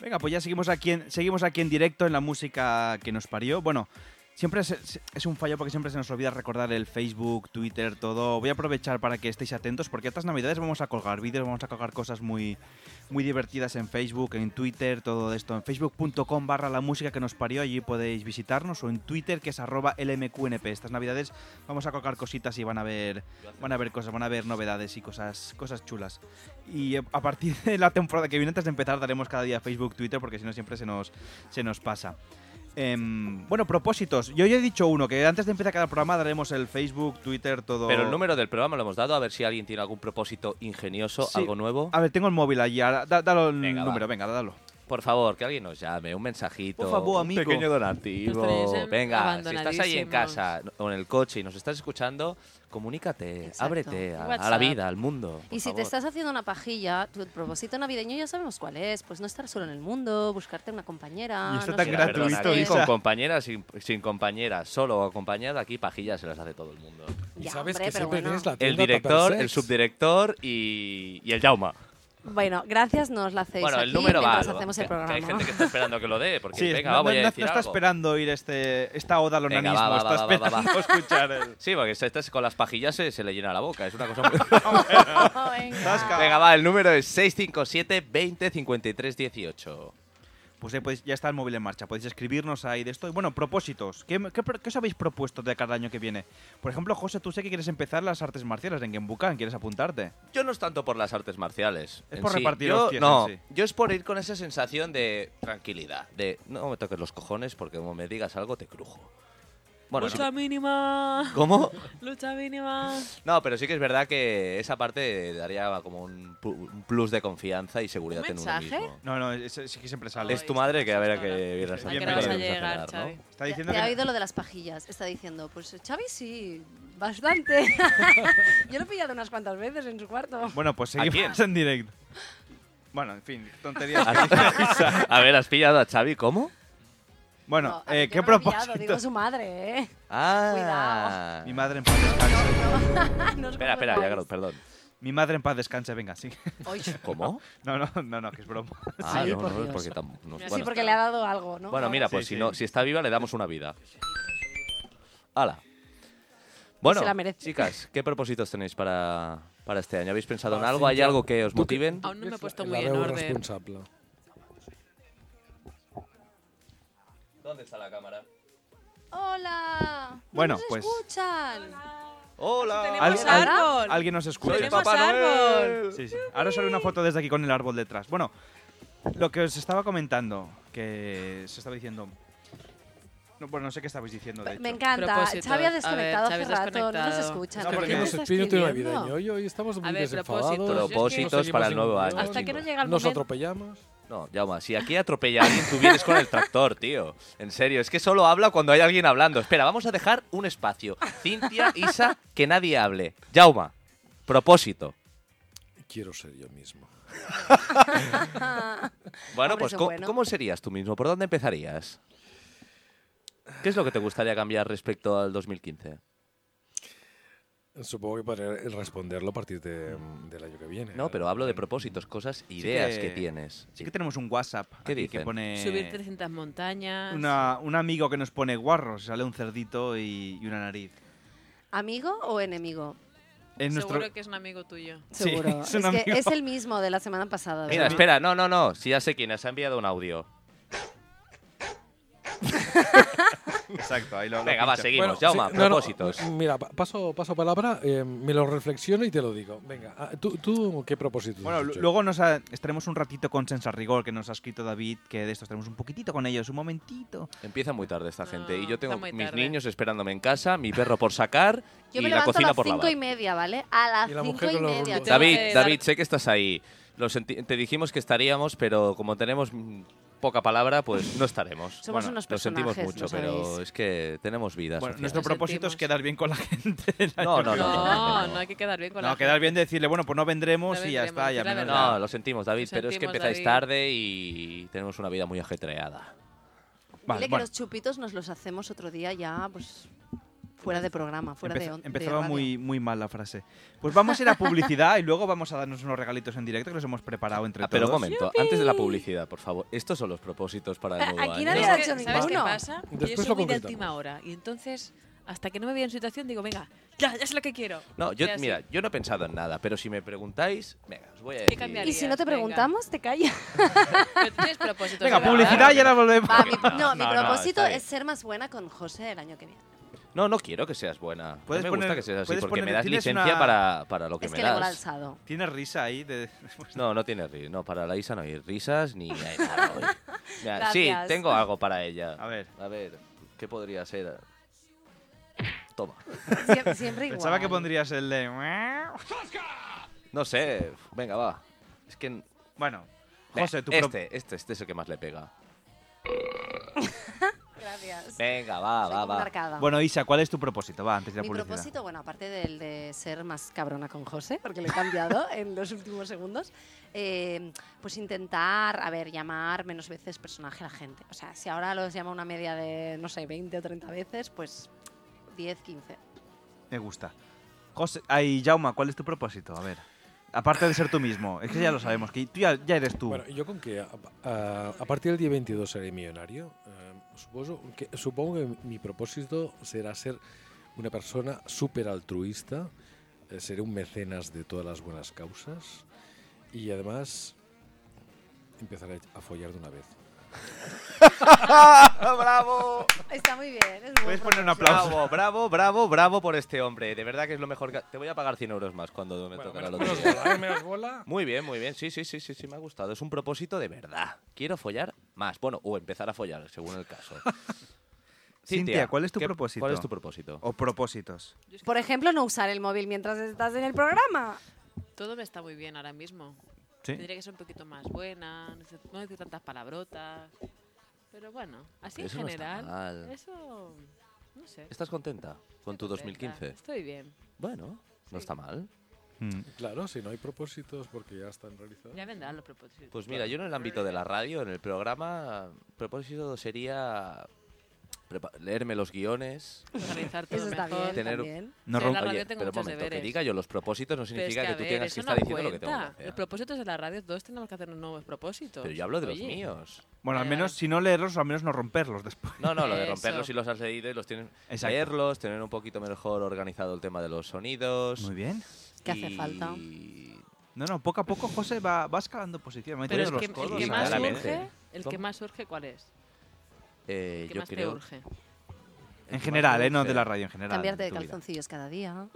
D: Venga, pues ya seguimos aquí, en, seguimos aquí en directo en la música que nos parió. Bueno, siempre es, es- es un fallo porque siempre se nos olvida recordar el Facebook, Twitter, todo. Voy a aprovechar para que estéis atentos porque estas navidades vamos a colgar vídeos, vamos a colgar cosas muy, muy divertidas en Facebook, en Twitter, todo esto. En facebook.com barra la música que nos parió, allí podéis visitarnos o en Twitter que es arroba lmqnp. Estas navidades vamos a colgar cositas y van a ver, van a ver cosas, van a ver novedades y cosas, cosas chulas. Y eh, a partir [laughs] de la temporada que viene, antes de empezar, daremos cada día Facebook, Twitter, porque si no siempre se nos, se nos pasa. Em, bueno, propósitos. Yo ya he dicho uno, que antes de empezar cada programa daremos el Facebook, Twitter, todo.
H: Pero el número del programa lo hemos dado, a ver si alguien tiene algún propósito ingenioso,
D: Sí. Ah.
H: algo nuevo.
D: A ver, tengo el móvil allí. ahora, da- dalo el
H: va.
D: número, venga, dalo.
H: Por favor, que alguien nos llame, un mensajito,
D: Por favor, amigo.
H: un pequeño donativo.
D: Nuestros
H: Venga, si estás ahí en
D: abandonadísimos.
H: casa o en el coche y nos estás escuchando, comunícate, ábrete a, a la
I: WhatsApp.
H: vida, al mundo. por
I: Y si
H: favor.
I: te estás haciendo una pajilla, tu propósito navideño ya sabemos cuál es. Pues no estar solo en el mundo, buscarte una compañera.
H: Y
I: no
H: tan
I: sé qué.
H: gratuito, aquí con
I: Isa.
H: compañeras, sin, sin compañeras, solo o acompañada, aquí pajillas se las hace todo el mundo.
I: Ya, sabes hombre, que pero siempre bueno. tienes la
H: El
G: tienda
H: director,
G: Tuppersex.
H: el subdirector y, y el Jauma.
I: Bueno, gracias, nos la hacéis
H: Bueno,
I: aquí
H: el número va.
I: mientras
H: algo,
I: hacemos el
H: que- que
I: programa.
H: hay
I: [laughs]
H: gente que está esperando que lo dé, porque venga,
D: no,
H: va, voy
D: no-
H: a
D: no-
H: decir
D: no está
H: algo.
D: esperando oír este, esta oda al
H: Venga,
D: onanismo.
H: va, va, va,
D: está
H: va, va, va.
D: esperando [laughs]
H: [laughs]
D: escuchar el...
H: Sí, porque se- estas- con las pajillas se, se le llena la boca. Es una
D: [laughs]
H: cosa muy...
D: Zasca.
H: Venga, va, el número es 657 20 53 18.
D: Pues ahí podéis- ya está el móvil en marcha, podéis escribirnos ahí de esto. Y bueno, propósitos. ¿Qué, qué pro- qué os habéis propuesto de cada año que viene? Por ejemplo, José, tú sé que quieres empezar las artes marciales en Genbukan, ¿quieres apuntarte?
H: Yo no es tanto por las artes marciales.
D: Es
H: en
D: por
H: sí.
D: repartir
H: Yo-
D: hostias,
H: No,
D: en sí.
H: yo es por ir con esa sensación de tranquilidad. De no me toques los cojones porque como me digas algo te crujo. Bueno,
F: Lucha
H: sí-
F: mínima.
H: ¿Cómo?
F: Lucha mínima.
H: no, pero sí que es verdad que esa parte daría como un, pu- un plus de confianza y seguridad
F: ¿Un
H: en uno
F: mensaje?
H: mismo.
D: No, no, es, es que siempre sale.
H: Es tu madre que a ver a que vieras
F: ¿A
H: aquí,
F: qué hora vas a
H: pero
F: llegar,
H: generar, ¿no? [laughs]
F: Xavi?
D: Está
I: Te
D: diciendo
I: ha
D: que...
I: oído lo de las pajillas. Está diciendo, pues Xavi sí, bastante.
D: [laughs]
I: Yo lo he pillado unas cuantas veces en su cuarto.
D: Bueno, pues
H: ¿A
D: seguimos [laughs] en directo. Bueno, en fin, tonterías.
H: a ver, ¿has pillado a Xavi? ¿Cómo?
D: [laughs] bueno,
I: No, a ver,
D: eh,
I: yo
D: ¿qué
I: no lo he pillado,
D: propósitos?
I: Digo su madre, ¿eh? [laughs]
H: Ah.
D: Mi madre en paz descanse.
I: No os
H: Espera, espera, ya,
I: confundáis.
H: Garot, perdón.
D: Mi madre en paz descanse, venga, sí. [laughs]
I: Oy.
H: ¿Cómo?
D: No, no, no, no, que es broma.
H: Ah,
I: Ay,
H: no,
I: por
H: no,
I: Dios.
H: porque tam- no-
I: Sí,
H: bueno.
I: porque le ha dado algo, ¿no?
H: Bueno,
I: Ahora.
H: mira, pues
D: Sí,
H: si
D: sí.
H: no, si está viva le damos una vida. Hala. Bueno,
I: la merece.
H: chicas, ¿qué propósitos tenéis para, para este año? ¿Habéis pensado en algo? ¿Hay algo que os motiven?
F: Aún no me he puesto
G: La
F: muy en
G: veu
F: orden.
G: responsable.
H: ¿Dónde está la cámara?
I: Hola. ¿No
D: Bueno,
I: nos
D: pues-
I: escuchan?
H: ¡Hola!
D: Al-
F: ¡Tenemos
D: al-
F: árbol!
D: Alguien nos escucha.
H: ¡Soy
F: ¡Tenemos
H: Papá
F: árbol!
H: Noel!
D: Sí, sí. Ahora sale una foto desde aquí con el árbol detrás. Bueno, lo que os estaba comentando, que se estaba diciendo. No, bueno, no sé qué estabais diciendo. De hecho.
I: Me encanta.
F: Propósitos.
I: Xavi ha
F: A ver,
I: desconectado
F: Xavi
I: hace
F: es
I: rato. No nos
F: desconectado.
I: escuchan.
F: No,
I: ¿Qué nos
F: porque
G: tenemos
I: está
G: espíritu
I: escribiendo?
G: navideño. Hoy, hoy estamos muy
F: A ver,
G: desenfadados.
F: propósitos.
H: Propósitos
G: Nos
H: para
G: seguimos
H: el nuevo año,
G: engañados.
I: Hasta que no llega el
G: Nos
I: momento.
G: atropellamos.
H: No, Jaume, si aquí atropella a alguien, tú vienes con el tractor, tío. En serio, es que solo habla cuando hay alguien hablando. Espera, vamos a dejar un espacio. Cintia, Isa, que nadie hable. Jauma, propósito.
G: Quiero ser yo mismo.
H: Bueno,
I: [laughs] Hombre,
H: pues
I: eso
H: ¿cómo,
I: bueno.
H: cómo serías tú mismo? ¿Por dónde empezarías? ¿Qué es lo que te gustaría cambiar respecto al 2015?
G: Supongo que podré responderlo a partir de- del año que viene.
H: No, pero hablo de propósitos, cosas,
D: Sí
H: ideas que, tienes.
D: Sí que tenemos un WhatsApp
H: ¿Qué
D: aquí que
H: dicen?
D: pone.
F: Subir 300 montañas.
D: una- un amigo que nos pone guarro, se sale un cerdito y, y una nariz.
I: ¿Amigo o enemigo?
D: Es nuestro.
F: Seguro que es un amigo tuyo.
D: Sí,
I: Seguro.
D: es
I: es,
D: un
I: que
D: amigo.
I: es el mismo de la semana pasada.
H: Mira,
I: ¿verdad?
H: espera, no, no, no. Si ya sé quién es, ha enviado un [laughs] audio.
D: Exacto, ahí lo. lo
H: Venga, va,
D: pincha.
H: seguimos.
G: sí,
H: Jauma,
G: no, Mm. no,
H: propósitos.
G: mira, pa- paso, paso palabra, eh, me lo reflexiono y te lo digo. Venga, ah, ¿tú, tú qué propósitos
D: [laughs] Bueno,
G: has
D: lu-
G: hecho?
D: luego nos ha- estaremos un ratito con Sensa Rigor, que nos ha escrito David, que de esto estaremos un poquitito con ellos, un momentito.
H: Empieza muy tarde esta gente. Y
F: No,
H: yo tengo
F: está muy
H: mis
F: tarde.
H: niños esperándome en casa, mi perro por sacar
I: Yo
H: y
I: me
H: la
I: levanto a
H: cocina
I: las
H: por
I: cinco
H: lavar.
I: y media, ¿vale? A las
G: Y la
I: cinco
G: mujer
I: y
G: con los
I: media.
G: rulos.
H: David,
F: Tengo que
H: David,
F: dar-
H: sé que estás ahí. Lo senti- te dijimos que estaríamos, pero como tenemos mm, poca palabra, pues no estaremos.
I: Somos unos
H: lo sentimos
I: personajes,
H: mucho,
I: lo
H: pero
I: sabéis.
H: es que tenemos vidas.
D: Bueno,
H: sociales.
D: nuestro propósito es quedar bien con la [laughs] gente.
H: No, no, no,
L: No, no hay que quedar bien con la
D: No, quedar bien de decirle, bueno, pues no vendremos
L: No
D: y ya
L: vendremos,
D: está. ya
L: decir la
D: menos
L: verdad.
D: da.
H: No, lo sentimos, David,
L: Lo
H: pero es que
L: sentimos,
H: empezáis
L: David.
H: tarde y tenemos una vida muy ajetreada.
I: Dile que los chupitos nos los hacemos otro día ya, pues fuera de programa, fuera de
D: Empeza-
I: on- de
D: empezaba
I: radio.
D: muy, muy mal la frase. Pues vamos a ir a publicidad y luego vamos a darnos unos regalitos en directo que los hemos preparado entre
H: Ah, pero un
D: todos.
H: momento, antes de la publicidad, por favor, estos son los propósitos para el nuevo año.
L: nadie
F: Es que, ¿Sabes qué pasa? Que
H: Después lo
F: yo soy muy de
H: concretamos.
F: última hora. Y entonces, hasta que no me veo en situación, digo, venga, ya, ya es lo que quiero.
H: No, yo,
F: Ya sé. [laughs]
H: mira, yo no he pensado en nada, pero si me preguntáis, venga, os voy a
F: ¿Qué
H: decir.
I: Y si no te preguntamos, te callas.
F: Tienes propósitos.
H: Venga,
I: de
H: publicidad
I: verdad?
H: y ahora volvemos.
I: [laughs] Va, mi-
H: No,
I: no,
H: no,
I: mi
H: no,
I: propósito
H: está bien.
I: es ser más buena con José el año que viene.
H: No, no quiero que seas buena. No
D: Puedes
H: me
D: poner-
H: gusta que seas así
D: puedes
H: porque
D: poner-
H: me das
D: tienes
H: licencia
D: una-
H: para, para lo que
I: es
H: me
I: que le
H: das.
I: mola
H: [laughs]
I: el sado.
D: Tienes risa ahí. De...
H: No, no tiene ris. No, para la Isa no hay risas ni hay nada hoy. Mira,
I: Gracias.
H: sí, tengo algo para ella.
D: A ver.
H: A ver, ¿qué podría ser? Toma.
I: Siem- siempre
D: [laughs]
I: igual.
D: Pensaba que pondrías el de... [laughs]
H: No sé. Venga, va. Es que...
D: Bueno,
H: Venga,
D: José, tu pro-
H: este, este, este es el que más le pega.
I: Gracias.
H: Venga, va,
I: Soy
H: va,
I: como
H: va.
I: una arcada.
D: Bueno, Isa, ¿cuál es tu propósito? Va, antes de la
I: Mi
D: publicidad.
I: propósito, bueno, aparte del de ser más cabrona con José, porque lo he cambiado en los últimos segundos, eh, pues intentar, a ver, llamar menos veces personaje a la gente. O sea, si ahora los llama una media de, no sé, 20 o 30 veces, pues 10, 15.
D: Me gusta. José, ay, Jauma, ¿cuál es tu propósito? A ver. Aparte de ser tú mismo, es que ya lo sabemos, que tú ya, ya eres tú.
G: Bueno, yo con que a, a- a partir del día 22 seré millonario, eh, supongo, que, supongo que mi propósito será ser una persona súper altruista, eh, seré un mecenas de todas las buenas causas y además empezaré a follar de una vez.
D: [laughs]
H: ¡Bravo!
I: Está muy bien. Es muy
D: poner un
H: Bravo, bravo, bravo, bravo por este hombre. De verdad que es lo mejor que... Te voy a pagar 100 euros más cuando me toque la
G: menos
H: lotería.
G: bola, ¿eh? Menos bola.
H: Muy bien, muy bien. Sí, sí, sí, sí, sí, me ha gustado. Es un propósito de verdad. Quiero follar más. Bueno, o empezar a follar, según el
D: [laughs]
H: caso.
D: Cintia, ¿cuál es tu
H: ¿qué-
D: propósito? Oh,
H: ¿Cuál es tu propósito?
D: O propósitos.
I: Por ejemplo, no usar el móvil mientras estás en el programa.
F: Todo me está muy bien ahora mismo.
D: Sí.
F: Tendría que ser un poquito más buena, no sé- no decir tantas palabrotas. Pero bueno, así
H: Pero eso
F: en
H: no está
F: general.
H: mal.
F: Eso. No sé.
H: ¿Estás contenta con tu
F: Estoy contenta,
H: 2015?
F: Estoy bien.
H: Bueno, no está mal.
G: Claro, si no hay propósitos porque ya están realizados.
F: Ya vendrán los propósitos.
H: Pues mira, yo en el ámbito de la radio, en el programa, propósito sería prepa- leerme los guiones. [laughs]
F: Organizar todo
I: Eso está
F: mejor.
I: bien
H: tener
I: también.
H: No
F: Yo en la
H: rompo-
F: radio
H: Oye,
F: tengo
H: pero un
F: muchos
H: momento,
F: deberes.
H: que diga yo los propósitos no
F: Pero
H: significa
F: es
H: que,
F: que,
H: tú
F: a ver,
H: tengas
F: eso
H: que estar
F: no
H: diciendo lo que tengo que
F: cuenta.
H: hacer.
F: Los propósitos de la radio, todos tenemos que hacer nuevos propósitos.
H: Pero yo hablo de los
F: Oye,
H: míos.
D: Bueno,
F: Eh,
D: al menos, si no leerlos, al menos no romperlos después.
H: No, no, lo de
F: Eso.
H: romperlos si los has leído y los tienes.
D: Exacto.
H: Leerlos, tener un poquito mejor organizado el tema de los sonidos.
D: Muy bien.
I: Que hace falta.
D: No, no, poco a poco José va, va escalando posición. me
F: Pero
D: tienes
F: es
D: los
F: que, el
D: codos,
F: que
D: ¿eh?
F: más
H: claramente.
F: urge, el que
H: Toma.
F: más urge, ¿cuál es?
H: Eh,
F: El que
H: yo
F: más
H: creo-
F: te urge.
D: En general, ¿eh? No de la radio, en general.
I: Cambiarte de
D: tu vida.
I: calzoncillos cada día.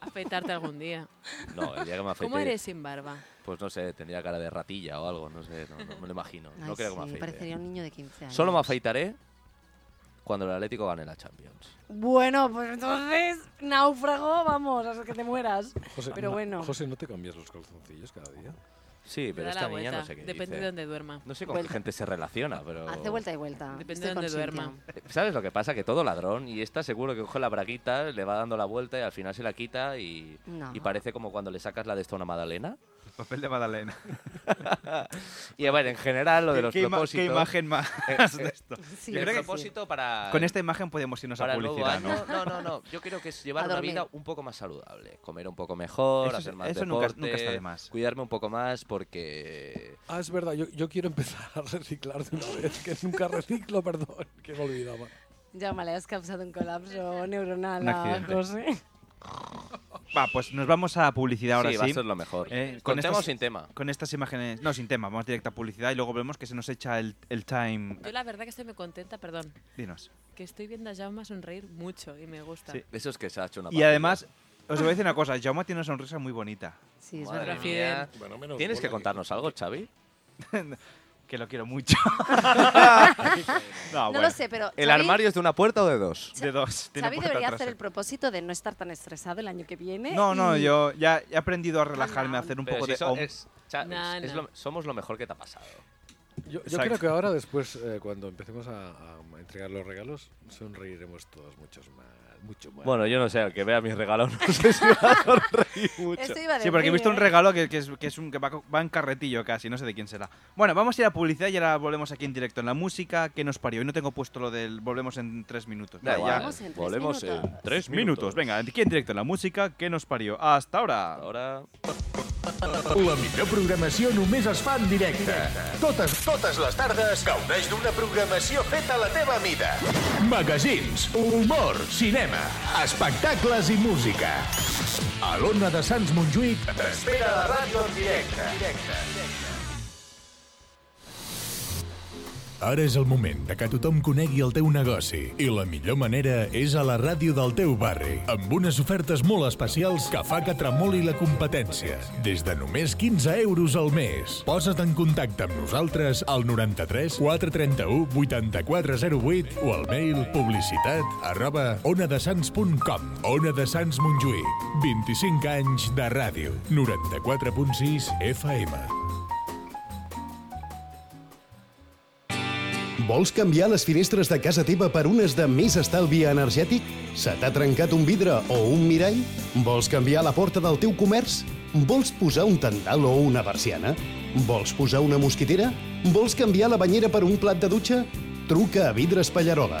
F: Afeitarte
H: [laughs]
F: algún día.
H: [laughs] No, el día que me afeite.
F: ¿Cómo eres sin barba?
H: Pues no sé, tendría cara de ratilla o algo, no sé, no, no me lo imagino.
I: Ay,
H: no creo que me
I: sí,
H: afeite.
I: parecería un niño de 15 años.
H: Solo me afeitaré cuando el Atlético gane la Champions.
I: Bueno, pues entonces, náufrago, vamos, hasta que te mueras.
G: José,
I: Pero
G: no-
I: bueno.
G: José, ¿no te cambias los calzoncillos cada día?
H: Sí, pero
F: da la
H: esta niña no
F: vuelta,
H: sé qué
F: depende
H: dice.
F: de dónde duerma.
H: No sé con
I: Vuelta.
H: qué gente se relaciona, pero...
I: Hace vuelta y vuelta. Ah,
F: Depende
I: Estoy
F: de dónde
I: consciente.
F: duerma.
H: ¿Sabes lo que pasa? Que todo ladrón, y esta seguro que coge la braguita, le va dando la vuelta y al final se la quita y,
I: No.
H: y parece como cuando le sacas la de esta a una magdalena.
D: El papel de Madalena.
H: Y a ver, en general lo de los
D: ¿Qué, ima-
H: propósitos...
D: qué imagen más de esto?
I: Sí,
H: el
D: creo que-
H: propósito para...
D: Con esta imagen podemos irnos
H: para
D: a
H: el nuevo
D: publicidad,
H: año- no,
D: ¿no?
H: no, no. Yo creo que es
I: A
H: llevar una
I: dormir.
H: vida un poco más saludable. Comer un poco mejor,
D: Eso es-
H: hacer más
D: eso nunca-
H: deporte...
D: nunca está de más.
H: Cuidarme un poco más porque...
G: Ah, es verdad, yo, yo quiero empezar a reciclar de una vez, que nunca reciclo, perdón, que me olvidaba.
I: Ya me le has causado un colapso neuronal
D: Un
I: a
D: accidente.
I: José.
D: Va, pues nos vamos a publicidad ahora sí.
H: sí, va a ser lo mejor.
D: Eh,
H: con
D: con
H: tema o
D: estas-
H: sin tema.
D: Con estas imágenes... No, sin tema. Vamos directa a publicidad y luego vemos que se nos echa el, el time...
F: Yo la verdad que estoy muy contenta, perdón,
D: Dinos.
F: que estoy viendo a Jaume sonreír mucho y me gusta.
D: Sí.
H: Eso es que se ha hecho una
D: Y además, os voy a decir una cosa. Jaume tiene una sonrisa muy bonita.
I: Sí, es
D: Ah,
H: Madre
I: verdad.
H: mía.
G: Bueno, menos
H: ¿Tienes
G: bola
H: que
G: que-
H: contarnos algo, Xavi?
D: Que lo quiero
H: [laughs]
D: mucho. [laughs] no,
I: No
D: bueno.
I: lo sé, pero
H: ¿El
I: Xavi-
H: armario es de una puerta o de dos?
D: De dos. Tiene
I: Xavi
D: puerta
I: debería hacer
D: trasera.
I: el propósito de no estar tan estresado el año que viene.
D: No, no,
I: y-
D: yo ya he aprendido a relajarme, a hacer un poco de... om.
F: No, no.
H: somos lo mejor que te ha pasado.
G: Yo, yo
D: Exacto.
G: creo que ahora, después, eh, cuando empecemos a, a entregar los regalos, sonreiremos todos muchos más. Mucho más.
H: Bueno, yo no sé, el que vea mis regalos [laughs] no sé si va a sonreír mucho.
I: Esto iba a
D: Sí, porque he
I: decir,
D: visto un
I: ¿eh?
D: regalo que, que es, que es un que va, co- va en carretillo casi, no sé de quién será. Bueno, vamos a ir a publicidad y ahora volvemos aquí en directo en la música que nos parió. Hoy no tengo puesto lo del volvemos en tres minutos.
H: Da
D: Mira,
H: igual,
D: ya-
H: Volvemos en tres volvemos en minutos. tres minutos.
D: Venga, aquí en directo en la música que nos parió. Hasta ahora.
H: ahora.
C: La millor programació només es fa en directe. Totes, totes les tardes gaudeix d'una programació feta a la teva mida. Magazins, humor, cinema, espectacles i música. A l'Ona de Sants Montjuïc t'espera la ràdio en directe. Ara és el moment de que tothom conegui el teu negoci i la millor manera és a la ràdio del teu barri, amb unes ofertes molt especials que fa que tremoli la competència. Des de només 15 euros al mes. Posa't en contacte amb nosaltres al 93 431 8408 o al mail publicitat arroba onadesans.com Ona de Sants Montjuïc, 25 anys de ràdio, 94.6 FM.
M: Vols canviar les finestres de casa teva per unes de més estalvi energètic? Se t'ha trencat un vidre o un mirall? Vols canviar la porta del teu comerç? Vols posar un tendal o una persiana? Vols posar una mosquitera? Vols canviar la banyera per un plat de dutxa? Truca a Vidres Pallarola,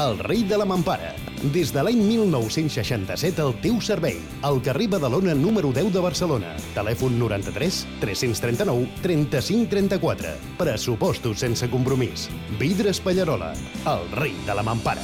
M: el rei de la mampara. Des de l'any 1967 al teu servei, al carrer Badalona número 10 de Barcelona. Telèfon 93 339 35 34. Pressupostos sense compromís. Vidres Pallarola, el rei de la mampara.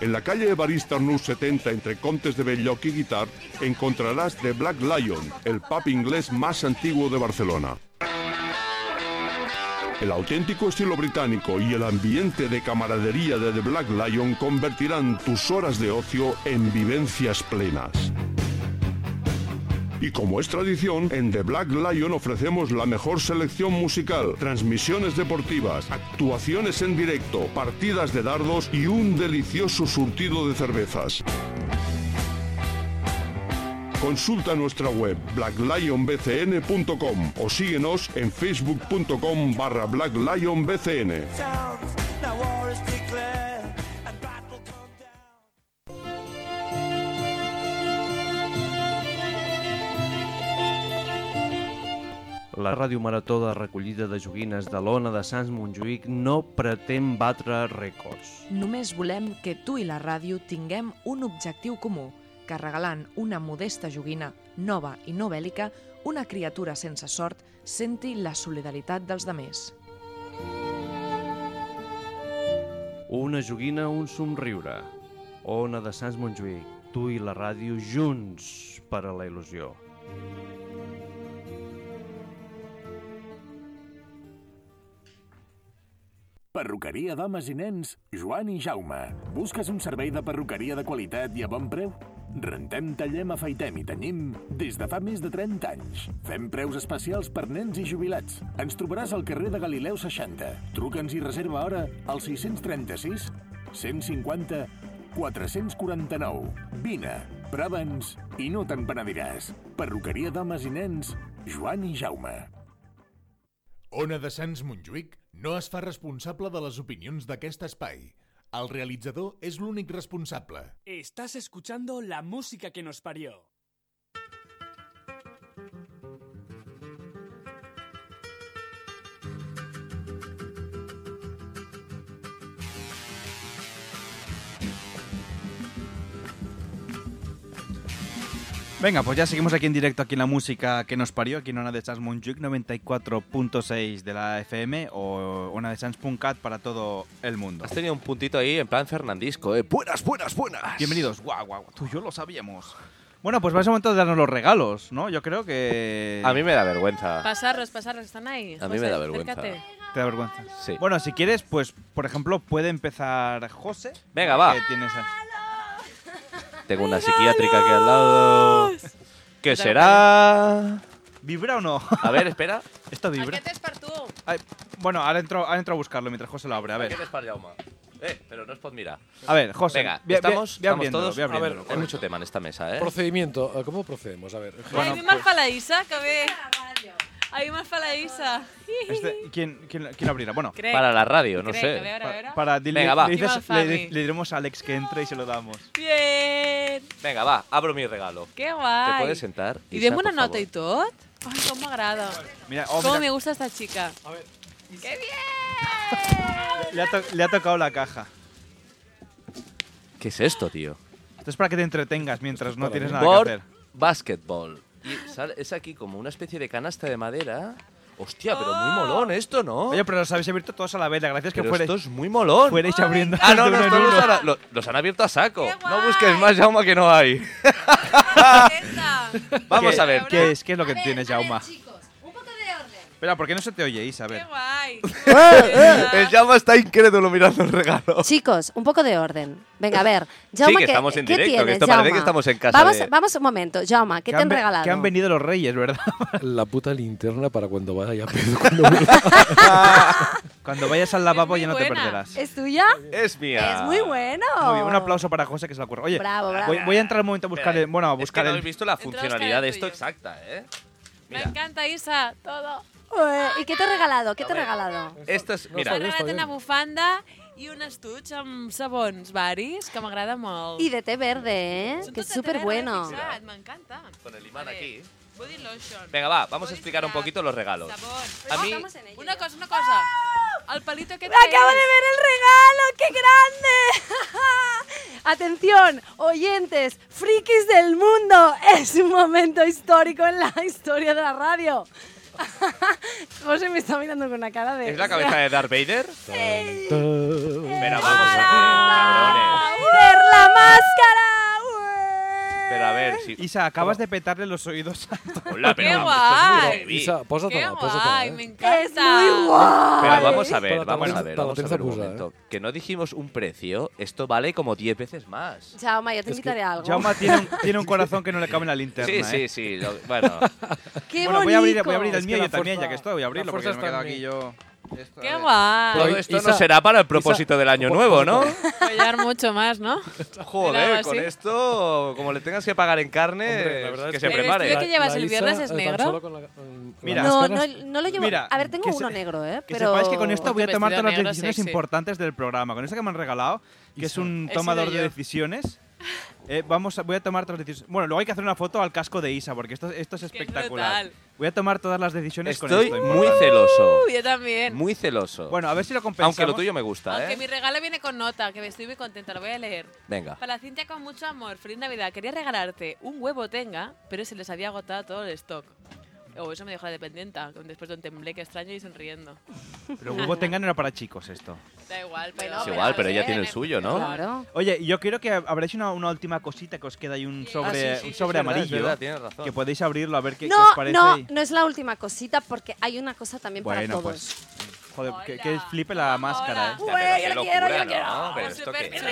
N: En la calle Evarista Arnús 70, entre Comtes de Belloc y Guitar, encontrarás The Black Lion, el pub inglés más antiguo de Barcelona. El auténtico estilo británico y el ambiente de camaradería de The Black Lion convertirán tus horas de ocio en vivencias plenas. Y como es tradición, en The Black Lion ofrecemos la mejor selección musical, transmisiones deportivas, actuaciones en directo, partidas de dardos y un delicioso surtido de cervezas. Consulta nuestra web blacklionbcn.com o síguenos en facebook.com barra blacklionbcn.
A: La Ràdio Marató de recollida de joguines de l'Ona de Sants Montjuïc no pretén batre rècords.
B: Només volem que tu i la ràdio tinguem un objectiu comú, que regalant una modesta joguina, nova i no bèl·lica, una criatura sense sort senti la solidaritat dels demés.
A: Una joguina, un somriure. Ona de Sants Montjuïc, tu i la ràdio junts per a la il·lusió.
O: Perruqueria d'homes i nens, Joan i Jaume. Busques un servei de perruqueria de qualitat i a bon preu? Rentem, tallem, afaitem i tenyim des de fa més de 30 anys. Fem preus especials per nens i jubilats. Ens trobaràs al carrer de Galileu 60. Truca'ns i reserva hora al 636 150 449. Vine, prova'ns i no te'n penediràs. Perruqueria d'homes i nens, Joan i Jaume.
C: Ona de Sants Montjuïc no es fa responsable de les opinions d'aquest espai. El realitzador és l'únic responsable.
P: Estás escuchando la música que nos parió.
D: Venga, pues ya seguimos aquí en directo, aquí en la música que nos parió, aquí en Ona de Sans Montjuic 94.6 de la FM o Ona de Sans.cat para todo el mundo.
H: Has tenido un puntito ahí en plan Fernandisco, eh. Buenas, buenas, buenas.
D: Bienvenidos. Guau, guau, tú y yo lo sabíamos. Bueno, pues va ese momento de darnos los regalos, ¿no? Yo creo que...
H: A mí me da vergüenza.
L: Pasarlos, pasarlos, están ahí.
H: A mí me
L: José,
H: da vergüenza.
L: acércate.
D: ¿Te da vergüenza? Sí. Bueno, si quieres, pues, por ejemplo, puede empezar José.
H: Venga, va.
D: que tienes a-
H: Tengo una psiquiátrica aquí al lado. ¿Qué será?
D: ¿Vibra o no? [laughs]
H: A ver, espera.
D: Esto vibra.
F: Aquest és per tu.
D: Ai, bueno, ahora entro, ahora entro a buscarlo mientras José lo abre. A ver.
H: Aquest és per Jaume. Eh, pero no es pot mirar.
D: A ver, José,
H: Venga,
D: ve- ve-
H: estamos,
D: ve
H: estamos
D: abriéndolo,
H: todos.
D: ve abriéndolo,
H: hay
D: correcto.
H: mucho tema en esta mesa, ¿eh?
G: Procedimiento. eh, ¿Cómo procedemos? A ver.
F: Ai, a mi me'n fa la Isa, que bé. A mi me'n fa la Isa.
D: Este- ¿quién, quién, quién lo abrirá? Bueno,
F: Crec. Para la
H: radio,
F: no Crec, sé. a ver, a ver, a ver.
D: Para, para- dile-
H: Venga, va.
D: Le, dices-
F: Iba al
D: le-
F: Fami.
D: le diremos a Alex que entre y se lo damos.
F: Bien.
H: Venga, va, abro mi regalo.
F: Que guai.
H: ¿Te puedes sentar?
F: I
H: Isa,
F: diem una
H: por
F: nota
H: favor?
F: i tot? Ai, com m'agrada.
D: Mira, oh,
F: Com
D: mira,
F: me gusta esta chica. A ver. Que bien.
H: [laughs]
D: le, ha to- le ha tocado la caja.
H: ¿Qué es esto, tío?
D: Esto es para que te entretengas mientras no tienes nada
H: Board
D: que hacer.
H: Basketball. Y sale- es aquí como una especie de canasta de madera. Hostia, pero muy molón esto,
I: Oh.
H: ¿no?
D: Oye, pero los habéis abierto todos a la vez. La gracia es que
H: Pero
D: fuerais,
H: esto es muy molón.
D: fuerais abriendo.
H: Ah, no,
D: de
H: no,
D: [laughs] uno en
H: esto los
D: uno.
H: han, a- lo- los han abierto a saco. No busques más Jauma que no hay. Vamos [laughs]
D: ¿Qué-
H: a ver.
D: ¿Qué es, qué es lo que tienes, Jauma? Espera, ¿por qué no se te oye, Isabel?
H: [laughs] El Jauma está incrédulo mirando el regalo.
I: Chicos, un poco de orden. Venga, a ver. Jaume,
H: que
I: ¿qué-
H: estamos en
I: ¿qué
H: directo, que
I: tienes,
H: esto parece
I: Jaume?
H: que estamos en casa
I: Vamos,
H: de-
I: vamos un momento, Jauma, ¿qué
D: Que
I: te han
D: han ve-
I: regalado?
D: Que han venido los reyes, ¿verdad? [laughs]
G: La puta linterna para cuando vaya
D: Cuando vayas al lavabo ya no te
I: buena.
D: perderás.
I: ¿Es tuya?
H: Es
I: Es muy bueno.
D: Muy bien, un aplauso para José que se lo ocurre. Oye,
I: Oh. Bravo, bravo.
D: Voy, voy a entrar un momento a buscar el. Bueno, a
H: Es
D: buscar
H: que no
D: el.
H: habéis visto la
F: buscar el
H: funcionalidad de esto
F: tuyo.
H: exacta, ¿eh?
F: Me encanta, Isa, todo.
I: Eh, ¿Y qué te he regalado? ¿Qué te he regalado?
H: Esto es, mira,
F: M'ha regalat una bufanda i un estuig amb sabons varis, que m'agrada molt.
I: Y de té verde, ¿eh? Que es súper bueno.
F: Fixa't, M'encanta.
H: con el imán aquí.
F: Body lotion.
H: Venga, va, vamos a explicar un poquito los regalos. A mí,
F: Una cosa, una cosa. El palito aquest que...
I: Ah! Acabo de ver el regalo, qué grande. [laughs] Atención, oyentes, frikis del mundo, es un momento histórico en la historia de la radio. [laughs] José me está mirando con una cara de...
H: ¿es la cabeza de Darth Vader?
F: Eh,
H: Espera, vamos
I: a [laughs] ver la máscara!
H: Pero a ver, si.
D: Isa, acabas de petarle los oídos a
H: Hola, pero.
F: [laughs] ¡Qué
H: esto es muy
F: guay!
H: heavy.
G: Isa, posa't a
F: Qué
G: mà, posa't a mà,
F: guai,
G: eh?
F: m'encanta. És
I: muy
H: Pero vamos a ver,
G: Para también-
H: vamos a ver,
G: para
H: vamos a
G: también
H: ver un
G: se acusa,
H: momento. Que no dijimos un precio, esto vale como 10 veces más.
I: Jauma, yo te invitaré a [laughs] algo.
D: Jauma tiene
I: [laughs]
D: un, tiene un corazón que no le cabe en la linterna.
H: Sí, sí,
D: ¿eh?
H: sí. lo-
F: [laughs]
H: bueno,
I: ¡Qué
D: Bueno, voy a abrir, voy a abrir el
G: Es
D: mío
G: que la
D: yo también,
G: fuerza-
D: ya que estoy. Voy a abrirlo
G: la
D: porque
G: fuerza
D: no me he quedado
G: está en
D: aquí yo. Esto, a
F: ¡Qué
D: ver.
F: guay!
H: todo esto no será para el propósito del año nuevo, ¿no?
F: [laughs] Follar mucho más, ¿no? Era
H: Joder,
F: algo
H: con
F: así.
H: esto, como le tengas que pagar en
G: Hombre,
H: carne,
G: la verdad
H: que
G: es
H: se
F: que- El
H: prepare.
F: estudio que llevas el viernes es negro?
D: Mira,
I: No, no, no lo llevo.
D: Mira,
I: a ver, tengo
D: que se-
I: uno negro, ¿eh?
D: Que
I: Pero...
D: sepáis que con esto voy a
F: Tu
D: tomar
F: vestido
D: todas las
F: negro
D: decisiones
F: sexy.
D: importantes del programa. Con esto que me han regalado, que es un
F: Ese
D: tomador
F: era
D: de
F: yo.
D: decisiones. eh, vamos a- voy a tomar todas las decisiones. Bueno, luego hay que hacer una foto al casco de Isa, porque esto, esto es espectacular.
F: brutal.
D: voy a tomar todas las decisiones con
H: Estoy
D: esto.
H: muy
D: importante.
H: celoso.
F: Yo también.
H: Muy celoso.
D: Bueno, a ver si lo compensamos.
H: Aunque lo tuyo me gusta,
F: Aunque
H: ¿eh?
F: mi regalo viene con nota, que estoy muy contenta, lo voy a leer.
H: Venga.
F: Para Cintia con mucho amor, feliz Navidad. Quería regalarte un huevo tenga, pero se les había agotado todo el stock. O eso me dejó la dependienta, con- después de un tembleque extraño y sonriendo.
D: Pero huevo tengan era para chicos esto.
F: Da igual, pero...
H: Es igual, pero ella tiene el suyo, ¿no?
I: Claro.
D: Oye, yo creo que habréis una, una última cosita que os queda ahí un sobre,
H: Ah, sí, sí,
D: un
H: sí,
D: sobre
H: es verdad,
D: amarillo.
H: es verdad, tienes razón.
D: Que podéis abrirlo a ver qué, qué
I: No,
D: os parece.
I: no,
D: y-
I: no es la última cosita porque hay una cosa también para
D: Bueno,
I: todos.
D: pues. Joder, que, que flipe la máscara, ¿eh?
H: Ya, pero qué locura, ¿no? Pero esto qué es.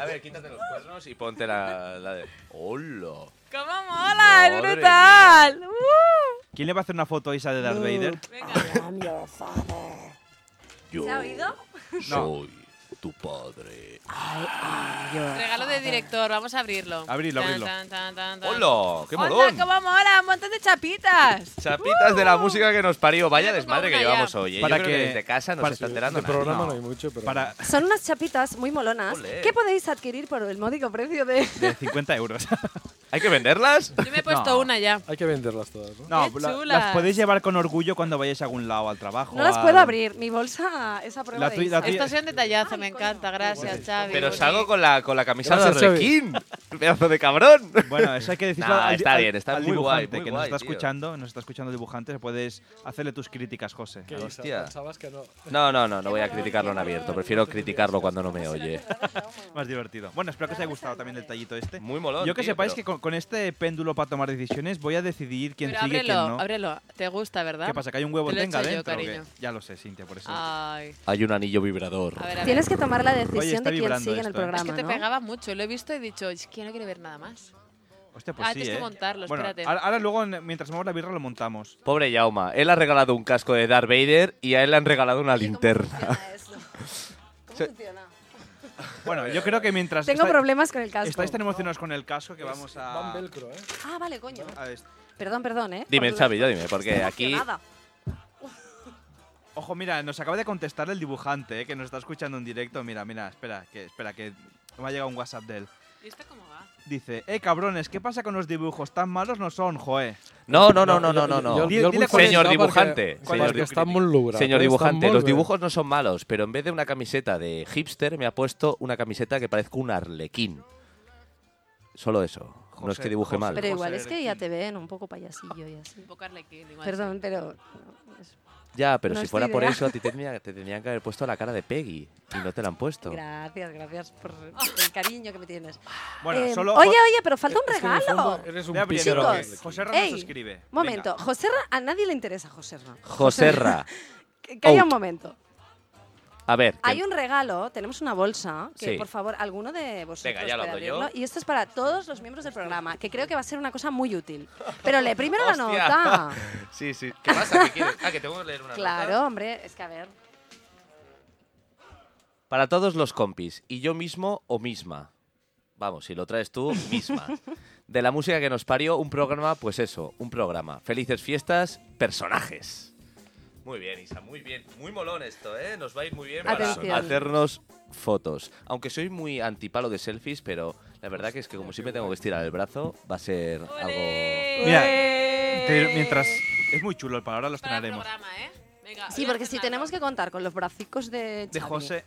H: A ver, quítate los cuernos y ponte la, la de. ¡Hola!
F: ¡Cómo mola! ¡Es
H: Madre
F: brutal! ¡Uh!
D: ¿Quién le va a hacer una foto a Isa de Darth Vader?
H: Yo
I: ¿Se ha oído?
H: soy tu padre. Ah.
F: Regalo de director, vamos a abrirlo.
D: Abrirlo,
F: Tan,
D: abrirlo.
F: tan, tan, tan, tan.
H: ¡Hola! ¡Qué
F: ¡Onda,
H: molón!
F: cómo mola! ¡Un montón de chapitas!
H: Chapitas de la música que nos parió. Vaya
F: Yo
H: desmadre que
F: tengo una
H: llevamos
F: ya.
H: hoy. ¿eh?
D: Para
H: Yo creo
D: que-
H: que desde casa no
D: para-
H: se está enterando
G: De
H: nadie.
G: programa no
H: No.
G: hay mucho, pero...
D: Para
I: Son unas chapitas muy molonas
H: Ole.
I: que podéis adquirir por el módico precio de...
D: [laughs] de
G: [laughs]
D: 50 euros.
H: ¿Hay que venderlas? [laughs]
F: Yo me he puesto
D: No.
F: una ya.
G: Hay que venderlas todas, ¿no?
D: No,
F: ¡Qué
D: la-
F: chulas!
D: las podéis llevar con orgullo cuando vayáis a algún lado, al trabajo.
I: No las
D: al-
I: puedo abrir, mi bolsa es a prueba
D: La
I: de
D: tuya-
I: Isa.
D: la tuya-
F: Esto ha sido un detallazo, me encanta, gracias, Xavi.
H: Pero
F: Boni.
H: salgo con la, con la camisa de
G: Gracias, Xavi.
H: Arlequín. Pedazo de cabrón.
D: Bueno, eso hay que decirlo
H: Nah,
D: al,
H: está
D: al-
H: bien, está
D: al
H: muy guay,
D: dibujante
H: muy
D: que nos
H: guay,
D: está
H: tío.
D: escuchando, nos está escuchando dibujante, puedes hacerle tus críticas, José.
G: ¿Qué,
D: A ver.
G: Isa?
H: hostia.
G: Pensabas que no.
H: No, no, no, no voy a criticarlo en abierto. Prefiero criticarlo cuando no me oye.
D: Más divertido. Bueno, espero que os haya gustado también el tallito este.
H: Muy molón.
D: Yo que
H: tío,
D: sepáis
H: pero-
D: que con, con este péndulo para tomar decisiones voy a decidir quién
F: Pero
D: sigue y
F: ábrelo,
D: quién no.
F: ábrelo. Te gusta, ¿verdad?
D: ¿Qué pasa? ¿Que hay un huevo
F: Te lo he
D: tenga
F: hecho yo,
D: dentro? o qué?
F: cariño. Ah,
D: Ya lo sé, Cintia, por eso.
F: Ay.
H: Hay un anillo vibrador.
F: A ver, a ver.
I: Tienes que tomar la
D: Oye,
I: decisión
D: está
I: de quién
D: vibrando
I: sigue en el
D: esto, ¿eh?
I: programa,
F: Es que te
I: ¿no?
F: pegaba mucho, lo he visto y he dicho, es que no quiero ver nada más.
D: Hostia, pues
L: Ah,
D: sí,
L: tienes que
D: ¿eh?
L: montarlo,
D: Bueno,
L: espérate.
D: ahora, ahora luego, en- mientras tomamos la birra, lo montamos.
H: Pobre Yauma, él ha regalado un casco de Darth Vader y a él le han regalado una linterna.
D: Bueno, yo creo que mientras...
I: Tengo
D: estáis-
I: problemas con el casco.
D: Estáis tan emocionados con el casco que vamos a...
I: van velcro, Ah, vale, coño. Perdón, perdón, ¿eh?
H: Dime,
I: Por-
H: Xavi, ya dime, porque
I: Estoy
H: aquí...
I: emocionada.
D: Ojo, mira, nos acaba de contestar el dibujante, eh, que nos está escuchando en directo. Mira, mira, espera, que espera que me ha llegado un WhatsApp de él.
L: ¿Y esto cómo va?
D: Dice, eh, cabrones, ¿qué pasa con los dibujos? Tan malos no son, joe.
H: No, no, no, no, no, no. no.
D: Di- dile cuál es-
H: señor dibujante.
D: cuál es-
H: señor, señor dibujante, los dibujos no son malos, pero en vez de una camiseta de hipster me ha puesto una camiseta que parezca un arlequín. Solo eso. no es
D: José-
H: que dibuje
D: José-
H: mal.
I: Pero igual es que ya te ven un poco payasillo y así. Perdón, pero...
H: Ya, pero
I: no
H: si
I: es tu
H: fuera por
I: idea.
H: eso, a ti te, tenía- te tenían que haber puesto la cara de Peggy y no te la han puesto.
I: Gracias, gracias por el cariño que me tienes. Eh,
H: Bueno,
D: solo-
I: Oye, oye, pero falta un
D: Es que en el
I: regalo.
D: fondo eres un Vea primero
I: Chicos,
D: que- Joserra nos
I: ey,
D: escribe.
I: Momento, Joserra, a nadie le interesa Joserra.
H: Joserra.
I: Que- Calla
H: Out.
I: un momento.
H: A ver. que-
I: [laughs] Hay un regalo, tenemos una bolsa, que
H: Sí.
I: por favor, alguno de vosotros
H: Venga, ya lo
I: puede
H: doy yo.
I: abrirlo. Y esto es para todos los miembros del programa, que creo que va a ser una cosa
H: [laughs]
I: muy útil. Pero le primero la
H: Hostia.
I: nota.
H: [laughs] sí, sí. ¿Qué pasa? ¿Qué quieres? Ah, que tengo que leer una nota.
I: Claro, hombre, es que a ver.
H: Para todos los compis, y yo mismo o misma. Vamos, si lo traes tú,
L: [laughs]
H: misma. De la música que nos parió, un programa, pues eso, un programa. Felices fiestas, personajes. Muy bien, Isa, muy bien. Muy molón esto, ¿eh? Nos va a ir muy bien para
J: Atención.
H: hacernos fotos. Aunque soy muy antipalo de selfies, pero la verdad que es que como siempre tengo que estirar el brazo, va a ser algo...
D: Mira,
I: Eh,
D: te- mientras... Es muy chulo, para ahora los estrenaremos.
L: ¿eh?
I: Sí, porque si tenemos que contar con los bracicos de,
D: De
I: Xavi,
D: José.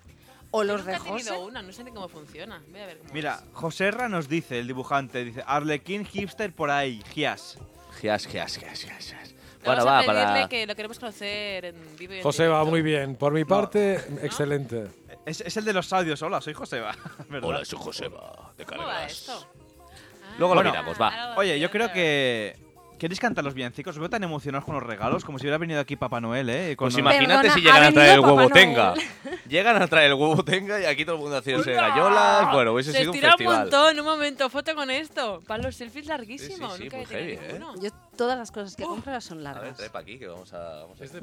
I: O
L: Yo
I: los de
L: nunca he
I: José.
L: tenido una, no sé ni cómo funciona. Voy a ver cómo
D: Mira, Joserra nos dice, el dibujante, dice, Arlequín hipster por ahí, Gias.
H: Gias, Gias, Gias, Gias. Gias.
L: Vamos a pedirle que lo queremos conocer en vivo y en
G: José va muy bien. Por mi parte, excelente.
D: Es, es el de los audios, hola, soy Joseba. [laughs]
H: Hola, soy Joseba, de
L: ¿Cómo va esto? Ah.
H: Luego lo miramos, va.
D: Oye, yo creo que... ¿Queréis cantar los villancicos? Os veo tan emocionados con los regalos, como si hubiera venido aquí Papá Noel, ¿eh? Con
H: Pues
D: un-
H: imagínate si llegan a traer el huevo tenga. [laughs] Llegan a traer el huevo tenga y aquí todo el mundo haciéndose gallolas. Bueno, hubiese
L: Se
H: sido un
L: estira un,
H: festival.
L: montón, un momento, foto con esto. Para los selfies larguísimos.
H: Sí, sí, sí,
L: nunca
H: muy
L: he tenido
H: heavy, ¿eh?
L: ninguno.
I: Yo todas las cosas que compro las son
H: A ver,
I: largas.
H: trae pa' aquí que vamos a. Vamos ¿Es de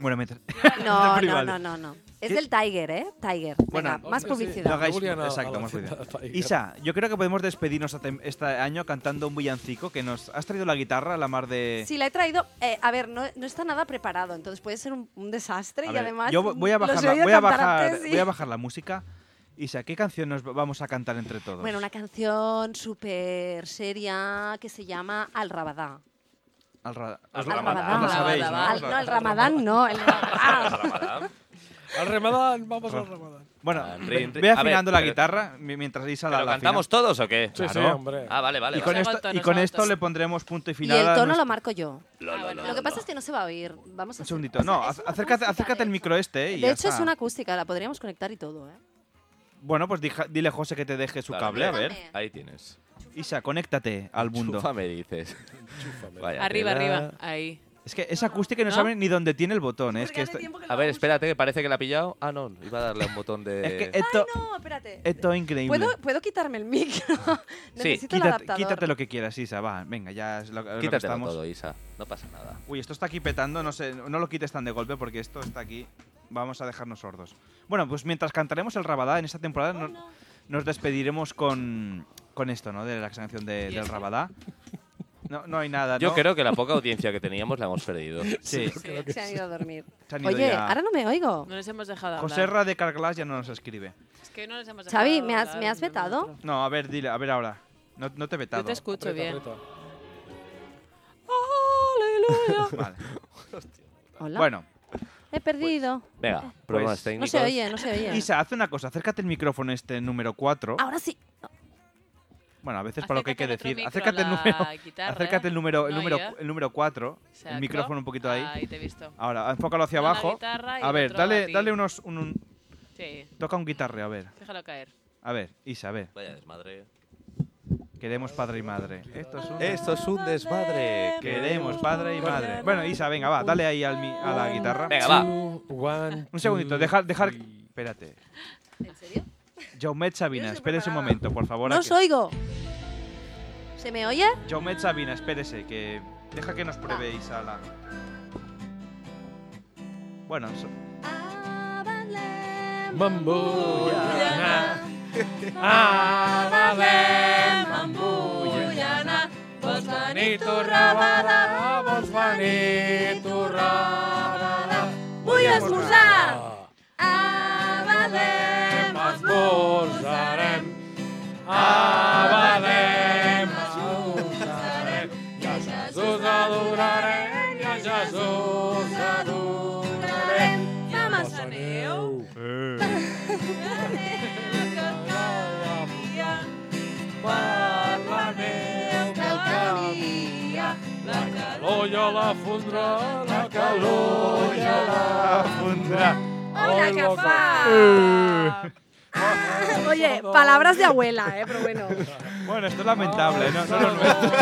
D: Bueno,
I: [laughs]
D: mientras... Del
I: No, no,
D: rival.
I: no, no, no. Es
D: ¿Qué?
I: del Tiger, ¿eh? Tiger. Venga,
D: Bueno,
I: más
D: hombre, sí.
I: publicidad.
D: No hagáis-
G: Julián a- a
D: exacto,
G: la
D: más
G: cena,
D: publicidad.
G: Tiger.
D: Isa, yo creo que podemos despedirnos este- este año cantando un villancico que nos... ¿Has traído la guitarra, la mar de...?
I: Sí, la he traído. eh, a ver, no, no está nada preparado, entonces puede ser un, un desastre
D: A
I: y
D: ver,
I: además.
D: yo voy a
I: los
D: bajar,
I: he
D: la,
I: oído
D: voy, a
I: cantar
D: bajar
I: antes y-
D: voy a bajar la música. Isa, ¿qué canción nos vamos a cantar entre todos?
I: Bueno, una canción súper seria que se llama Al Rabadá.
D: Al, ra-
I: Al
D: os la-
I: Ramadán.
D: os la sabéis, ¿no?
I: Al-
D: Os la-
I: no, el Ramadán no. El
D: [laughs]
I: Rabadá.
G: Al Ramadán, vamos al Ramadán.
D: Bueno,
H: Ah,
D: ve,
H: rin, rin.
D: ve
H: A
D: afinando
H: ver,
D: la
H: pero-
D: guitarra mi- mientras Isa la,
H: ¿Pero
D: la afina.
H: cantamos todos o qué?
D: Claro.
H: Sí, sí, hombre. Ah, vale, vale,
D: Y
H: vale.
D: con,
H: Nos
D: esto,
H: aguanto,
D: y
H: nos
D: con
H: aguanto.
D: esto le pondremos punto y
I: Y
D: final.
I: el
D: a
I: tono
D: nuestro-
I: lo marco yo.
L: Ah,
H: Lo, lo, lo,
I: Lo que
H: lo.
I: pasa es que no se va a oír. Vamos a
D: Un segundito. No, ac- acércate, acércate el micro este. Y
I: De
D: ya
I: hecho, es
D: está.
I: una acústica, la podríamos conectar y todo, ¿eh?
D: Bueno, pues dija- dile a José que te deje su
H: Claro,
D: cable, a ver.
I: Chúfame.
H: Ahí tienes.
D: Isa, conéctate
H: [laughs]
D: al mundo.
H: Chúfame, dices. Vaya
L: Arriba,
H: tela.
L: arriba. Ahí.
D: Es que es acústica y no, saben ni dónde tiene el botón. eh, Es que, esto-
H: A ver, espérate, que parece que la ha pillado. Ah, no, iba a darle a un botón de.
D: [laughs] es que esto,
I: No, espérate.
D: esto es increíble.
I: ¿Puedo, ¿Puedo quitarme el micro? Necesito el
D: quítate,
I: adaptador.
D: quítate lo que quieras, Isa, va. Venga, ya es lo, lo que
H: Quítatelo
D: estamos.
H: todo, Isa. No pasa nada.
D: Uy, esto está aquí petando, no sé, no lo quites tan de golpe porque esto está aquí. Vamos a dejarnos sordos. Bueno, pues mientras cantaremos el Rabadá en esta temporada, no- nos despediremos con, con esto, ¿no? De la canción de- del Rabadá. No, no hay nada,
H: Yo
D: ¿no?
H: creo que la poca audiencia que teníamos la hemos perdido.
D: [laughs] Sí.
I: Se han ido a dormir.
D: Se han ido
I: Oye,
D: ya.
I: ahora no me oigo.
L: No les hemos dejado hablar.
D: José Ra de Carglass ya no nos escribe.
L: Es que no les hemos dejado
I: Xavi, ¿me has,
L: hablar.
I: ¿me has vetado?
D: No, a ver, dile, a ver ahora. No, no te he vetado.
L: Yo te escucho bien.
D: Vale.
I: Hola.
D: Bueno,
I: He perdido.
H: Venga,
D: Pues
H: problemas técnicos.
I: No se oye, no se oye.
D: Isa, haz una cosa, acércate el micrófono este número 4.
I: Ahora sí.
D: Bueno, a veces para lo que hay que
L: Ah, Acércate al otro
D: decir.
L: micro,
D: Acércate
L: a la [laughs] guitarra. ¿eh?
D: el número, acércate el número, el
L: No,
D: número,
L: ya.
D: el número 4,
L: Exacto.
D: el micrófono un poquito ahí.
L: Ahí te he visto.
D: Ahora, enfócalo hacia
L: Una
D: abajo.
L: guitarra y
D: A
L: el
D: ver,
L: otro a
D: dale,
L: ti.
D: dale unos un, un-
L: Sí,
D: toca un guitarreo, a ver.
L: déjalo caer.
D: A ver, Isa, a ver.
H: Vaya desmadre.
D: Queremos padre y madre. Esto es un
H: Esto es un desmadre.
D: Queremos padre y madre. Bueno, Isa, venga, va, dale ahí al mi- a la guitarra.
H: Venga, va.
D: Un segundito, dejar dejar espérate.
I: ¿En serio?
D: Jaumet Sabina, espérese un momento, por favor.
I: No
D: aquí.
I: os oigo. ¿Se me oye?
D: Jaumet Sabina, espérese, que deja que nos
I: Ah.
D: probéis a la... Bueno, so-
G: Mambo.
J: Avalem, Ambullana, vols venir torrabada, vols venir torrabada. Vull esmorzar! Avalem, esmorzarem, avalem, esmorzarem, i a Jesús adorarem, i a Jesús adorarem. I a Massaneu,
G: calor ja la fondrà, la calor ja la fondrà.
I: Hola,
G: Ai,
I: que
G: loca.
I: fa.
G: Eh.
I: Oye, palabras de abuela, ¿eh? Pero
H: [laughs]
I: bueno.
D: bueno, esto es lamentable, ¿no? No lo nuestro.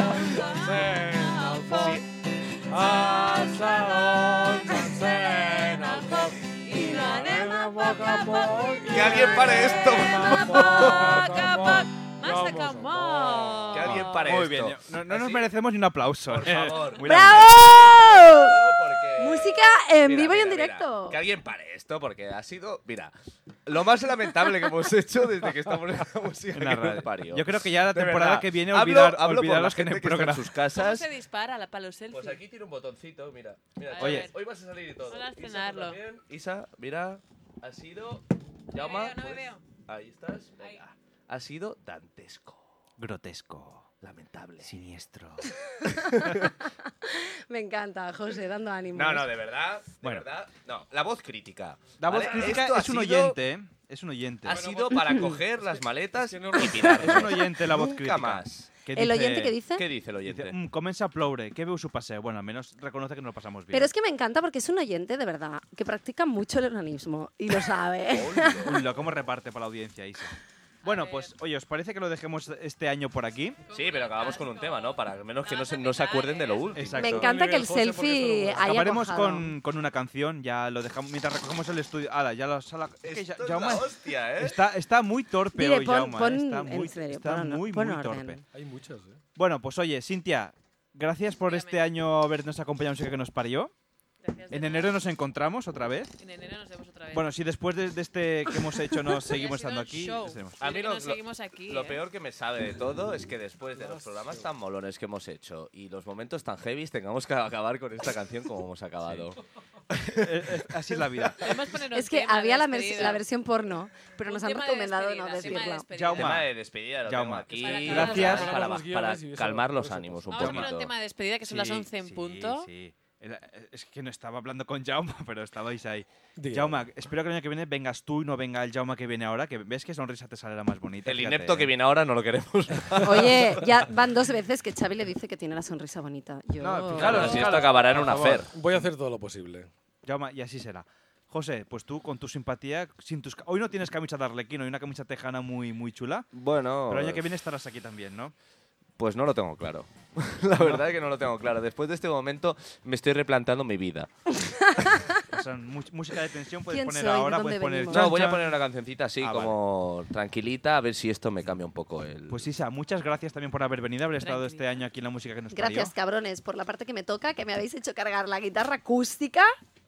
J: El saló s'encén el foc i l'anem a poc a poc.
H: Que alguien pare esto.
J: A poc a poc, massa que mor.
H: Que alguien pare
D: Ah, Muy
H: esto.
D: bien, no, no nos merecemos ni un aplauso. eh, Por
H: favor.
I: ¡Bravo! Música en vivo y en directo.
H: Que alguien pare esto, porque ha sido, mira, lo más lamentable que hemos hecho desde que estamos en la música
D: En la
H: que nos
D: radio.
H: parió.
D: Yo creo que ya la
H: De
D: temporada
H: verdad.
D: que viene
H: Hablo-
D: olvidar-
H: hablo por
D: olvidar
H: la
D: los que en el
H: gente está
D: programa.
H: sus casas.
L: se dispara la palo selfie?
H: Pues aquí tiene un botoncito, mira. mira
D: Oye.
H: hoy- hoy vas a salir y todo.
L: Vamos a
H: Isa, tú
L: cenarlo.
H: también. Isa, mira, ha sido... Llama,
L: veo, no me
H: pues,
L: veo.
H: Ahí estás, venga. Ha sido dantesco. Grotesco. Lamentable. Siniestro.
I: Me encanta, José, dando ánimos.
H: [laughs] No, no, de verdad, de
D: Bueno.
H: verdad. No, la voz crítica.
D: La voz
H: ¿vale?
D: crítica
H: Esto ha
D: es un
H: sido-
D: oyente, pues, ¿eh? Es un oyente.
H: Ha sido
D: [laughs]
H: para coger las maletas y pirarnos.
D: Es un oyente la voz
H: Nunca
D: crítica.
H: más.
D: Que
I: ¿El oyente qué dice?
H: ¿Qué dice el oyente?
D: Dice, "Mm, comença a ploure, que veu su paseo. Bueno, al menos reconoce que no lo pasamos bien.
I: Pero es que me encanta porque es un oyente, de verdad, que practica mucho el organismo y lo sabe.
D: Hola, ¿Cómo reparte para la audiencia, Isa? Bueno, pues, oye, ¿os parece que lo dejemos este año por aquí?
H: Sí, pero acabamos con un tema, ¿no? Para al menos que no se, no se acuerden de lo último.
D: Exacto.
I: [laughs] Me encanta que el selfie haya
D: Acabaremos
I: cuajado.
D: con, con una canción, ya lo dejamos mientras recogemos el estudio. Ala, ya lo sala- es que ya-
H: Esto es
D: Jaume
H: la hostia, ¿eh?
D: está, está muy torpe
I: Mire,
D: hoy,
I: pon-
D: Jaume, ¿eh?
I: pon-
D: está
I: en
D: muy,
I: serio,
D: está
I: pon-
D: muy,
I: pon
D: muy
I: orden.
D: torpe.
G: Hay muchas, ¿eh?
D: Bueno, pues oye, Cintia, gracias por este año habernos acompañado en Música que nos parió. En enero nos encontramos otra vez.
L: En enero nos vemos otra vez.
D: Bueno, si después de, de este que hemos hecho nos seguimos
L: sido
D: estando
L: un
D: aquí.
L: show.
D: estaremos.
L: Mira que nos seguimos aquí,
H: lo
L: ¿eh?
H: peor que me sabe de todo es que después de los programas tan molones que hemos hecho y los momentos tan heavy, tengamos que acabar con esta canción como hemos acabado.
D: Así es la vida.
I: Es que había la, vers- la versión porno, pero nos
L: Un
I: han
L: tema de
I: recomendado no
L: despedida, tema de
I: decirla.
L: despedida.
H: Tema de despedida, lo tengo
D: Jauma.
H: aquí.
D: Para que Gracias.
H: Para,
D: Para
H: para-
D: los guiones y
H: para
D: eso- pues,
H: calmar los ánimos un
L: Vamos con
H: poquito.
L: un tema de despedida que son las 11 en punto.
D: Sí. El- Es que no estaba hablando con Jauma, [laughs] pero estabais ahí.
G: Diga.
D: Jauma, espero que el año que viene vengas tú y no venga el Jauma que viene ahora, que ves que sonrisa te sale la más bonita.
H: El
D: fíjate,
H: inepto
D: ¿eh?
H: que viene ahora no lo
D: [laughs]
H: queremos.
I: Oye,
L: [laughs]
I: ya van dos veces que Xavi le dice que tiene la sonrisa bonita. Yo...
D: No,
H: Claro, si esto acabará en
G: Por
H: una
G: favor,
H: fer.
G: Voy a hacer todo lo posible.
D: Jauma, y así será. José, pues tú con tu simpatía, sin tus ca- hoy no tienes camisa de arlequino, hay una camisa tejana muy, muy chula,
H: Bueno,
D: pero el año que viene estarás aquí también, ¿no?
H: pues no lo tengo claro. [laughs] La verdad es que no lo tengo claro. Después de este momento me estoy replantando mi vida.
D: O sea, mu- música de tensión puedes
I: ¿Quién
D: poner
I: soy?
D: ahora,
I: ¿Dónde
D: puedes poner...
I: venimos?
H: No,
D: chan,
H: voy a
D: chan.
H: poner una cancioncita así,
D: Ah,
H: como tranquilita, a ver si esto me cambia un poco el.
D: Pues Isa, muchas gracias también por haber venido, haber estado este año aquí en la música que nos
I: Gracias,
D: parió.
I: cabrones, por la parte que me toca, que me habéis hecho cargar la guitarra acústica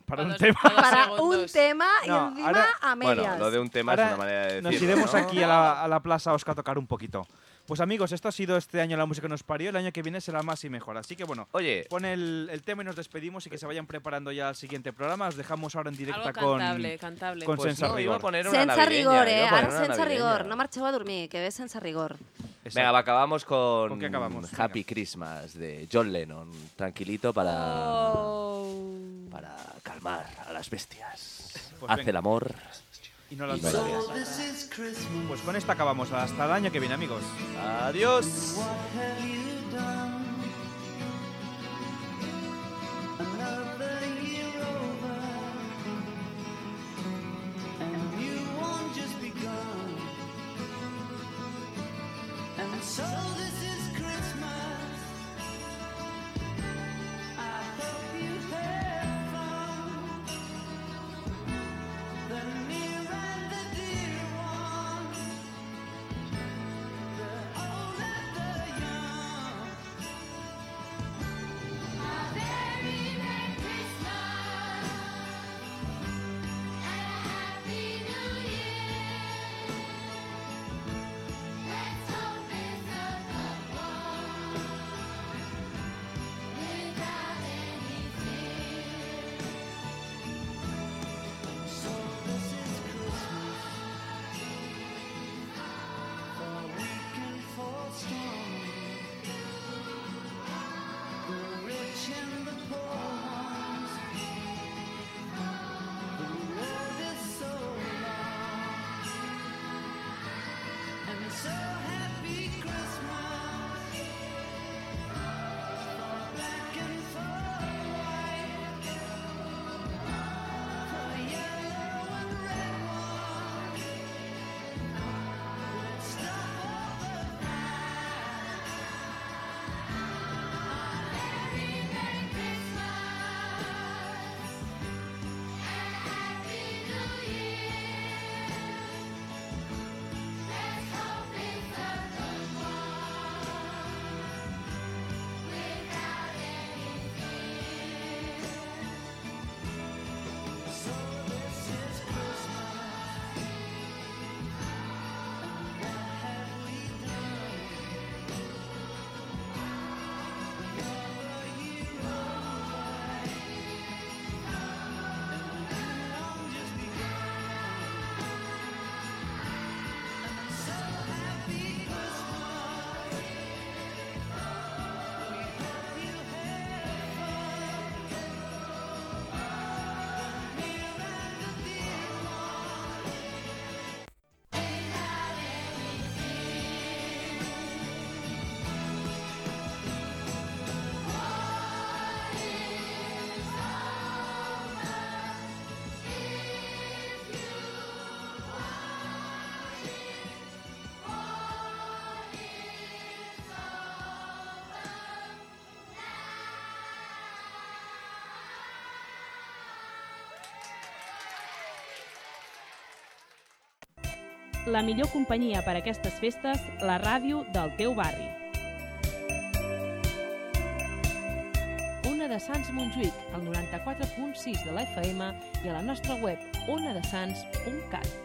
D: Para
I: Todos-
D: un tema.
I: para un tema
D: No,
I: y encima
D: ahora-
I: a medias.
H: bueno, lo de un tema
D: Ahora
H: es una manera de decirlo.
D: Nos iremos
H: ¿no?
D: aquí a la, a la plaza Oscar a tocar un poquito. Pues amigos, esto ha sido este año la música que nos parió, el año que viene será más y mejor. Así que bueno,
H: Oye,
D: pon el, el tema y nos despedimos y que se vayan preparando ya al siguiente programa. Os dejamos ahora en directa
L: Algo
D: con...
L: cantable, cantable.
D: con
H: pues
D: Sensa
H: no, iba
D: Rigor.
H: a poner una
I: Sense
H: navideña,
I: rigor,
H: iba
I: eh?
H: a poner
I: Ara
H: una
I: sense
H: navideña.
I: rigor. No marxeu a dormir, que ve sense rigor.
H: Venga, va, acabamos con,
D: ¿Con qué acabamos?
H: Happy Christmas de John Lennon. Tranquilito para,
I: Oh.
H: para calmar a las bestias.
D: Pues
H: Hace
D: venga.
H: el amor.
D: Y no las
H: Y no la
D: veas. Pues con esta acabamos. Hasta el año que viene, amigos.
H: Adiós.
J: Another year over, and you won't just be gone. And so this is Christmas. I hope you have fun. The near and the dear ones, the old and the young.
F: la millor companyia per a aquestes festes, la ràdio del teu barri. Ona de Sants Montjuïc, al 94.6 de la FM i a la nostra web onadesans.cat.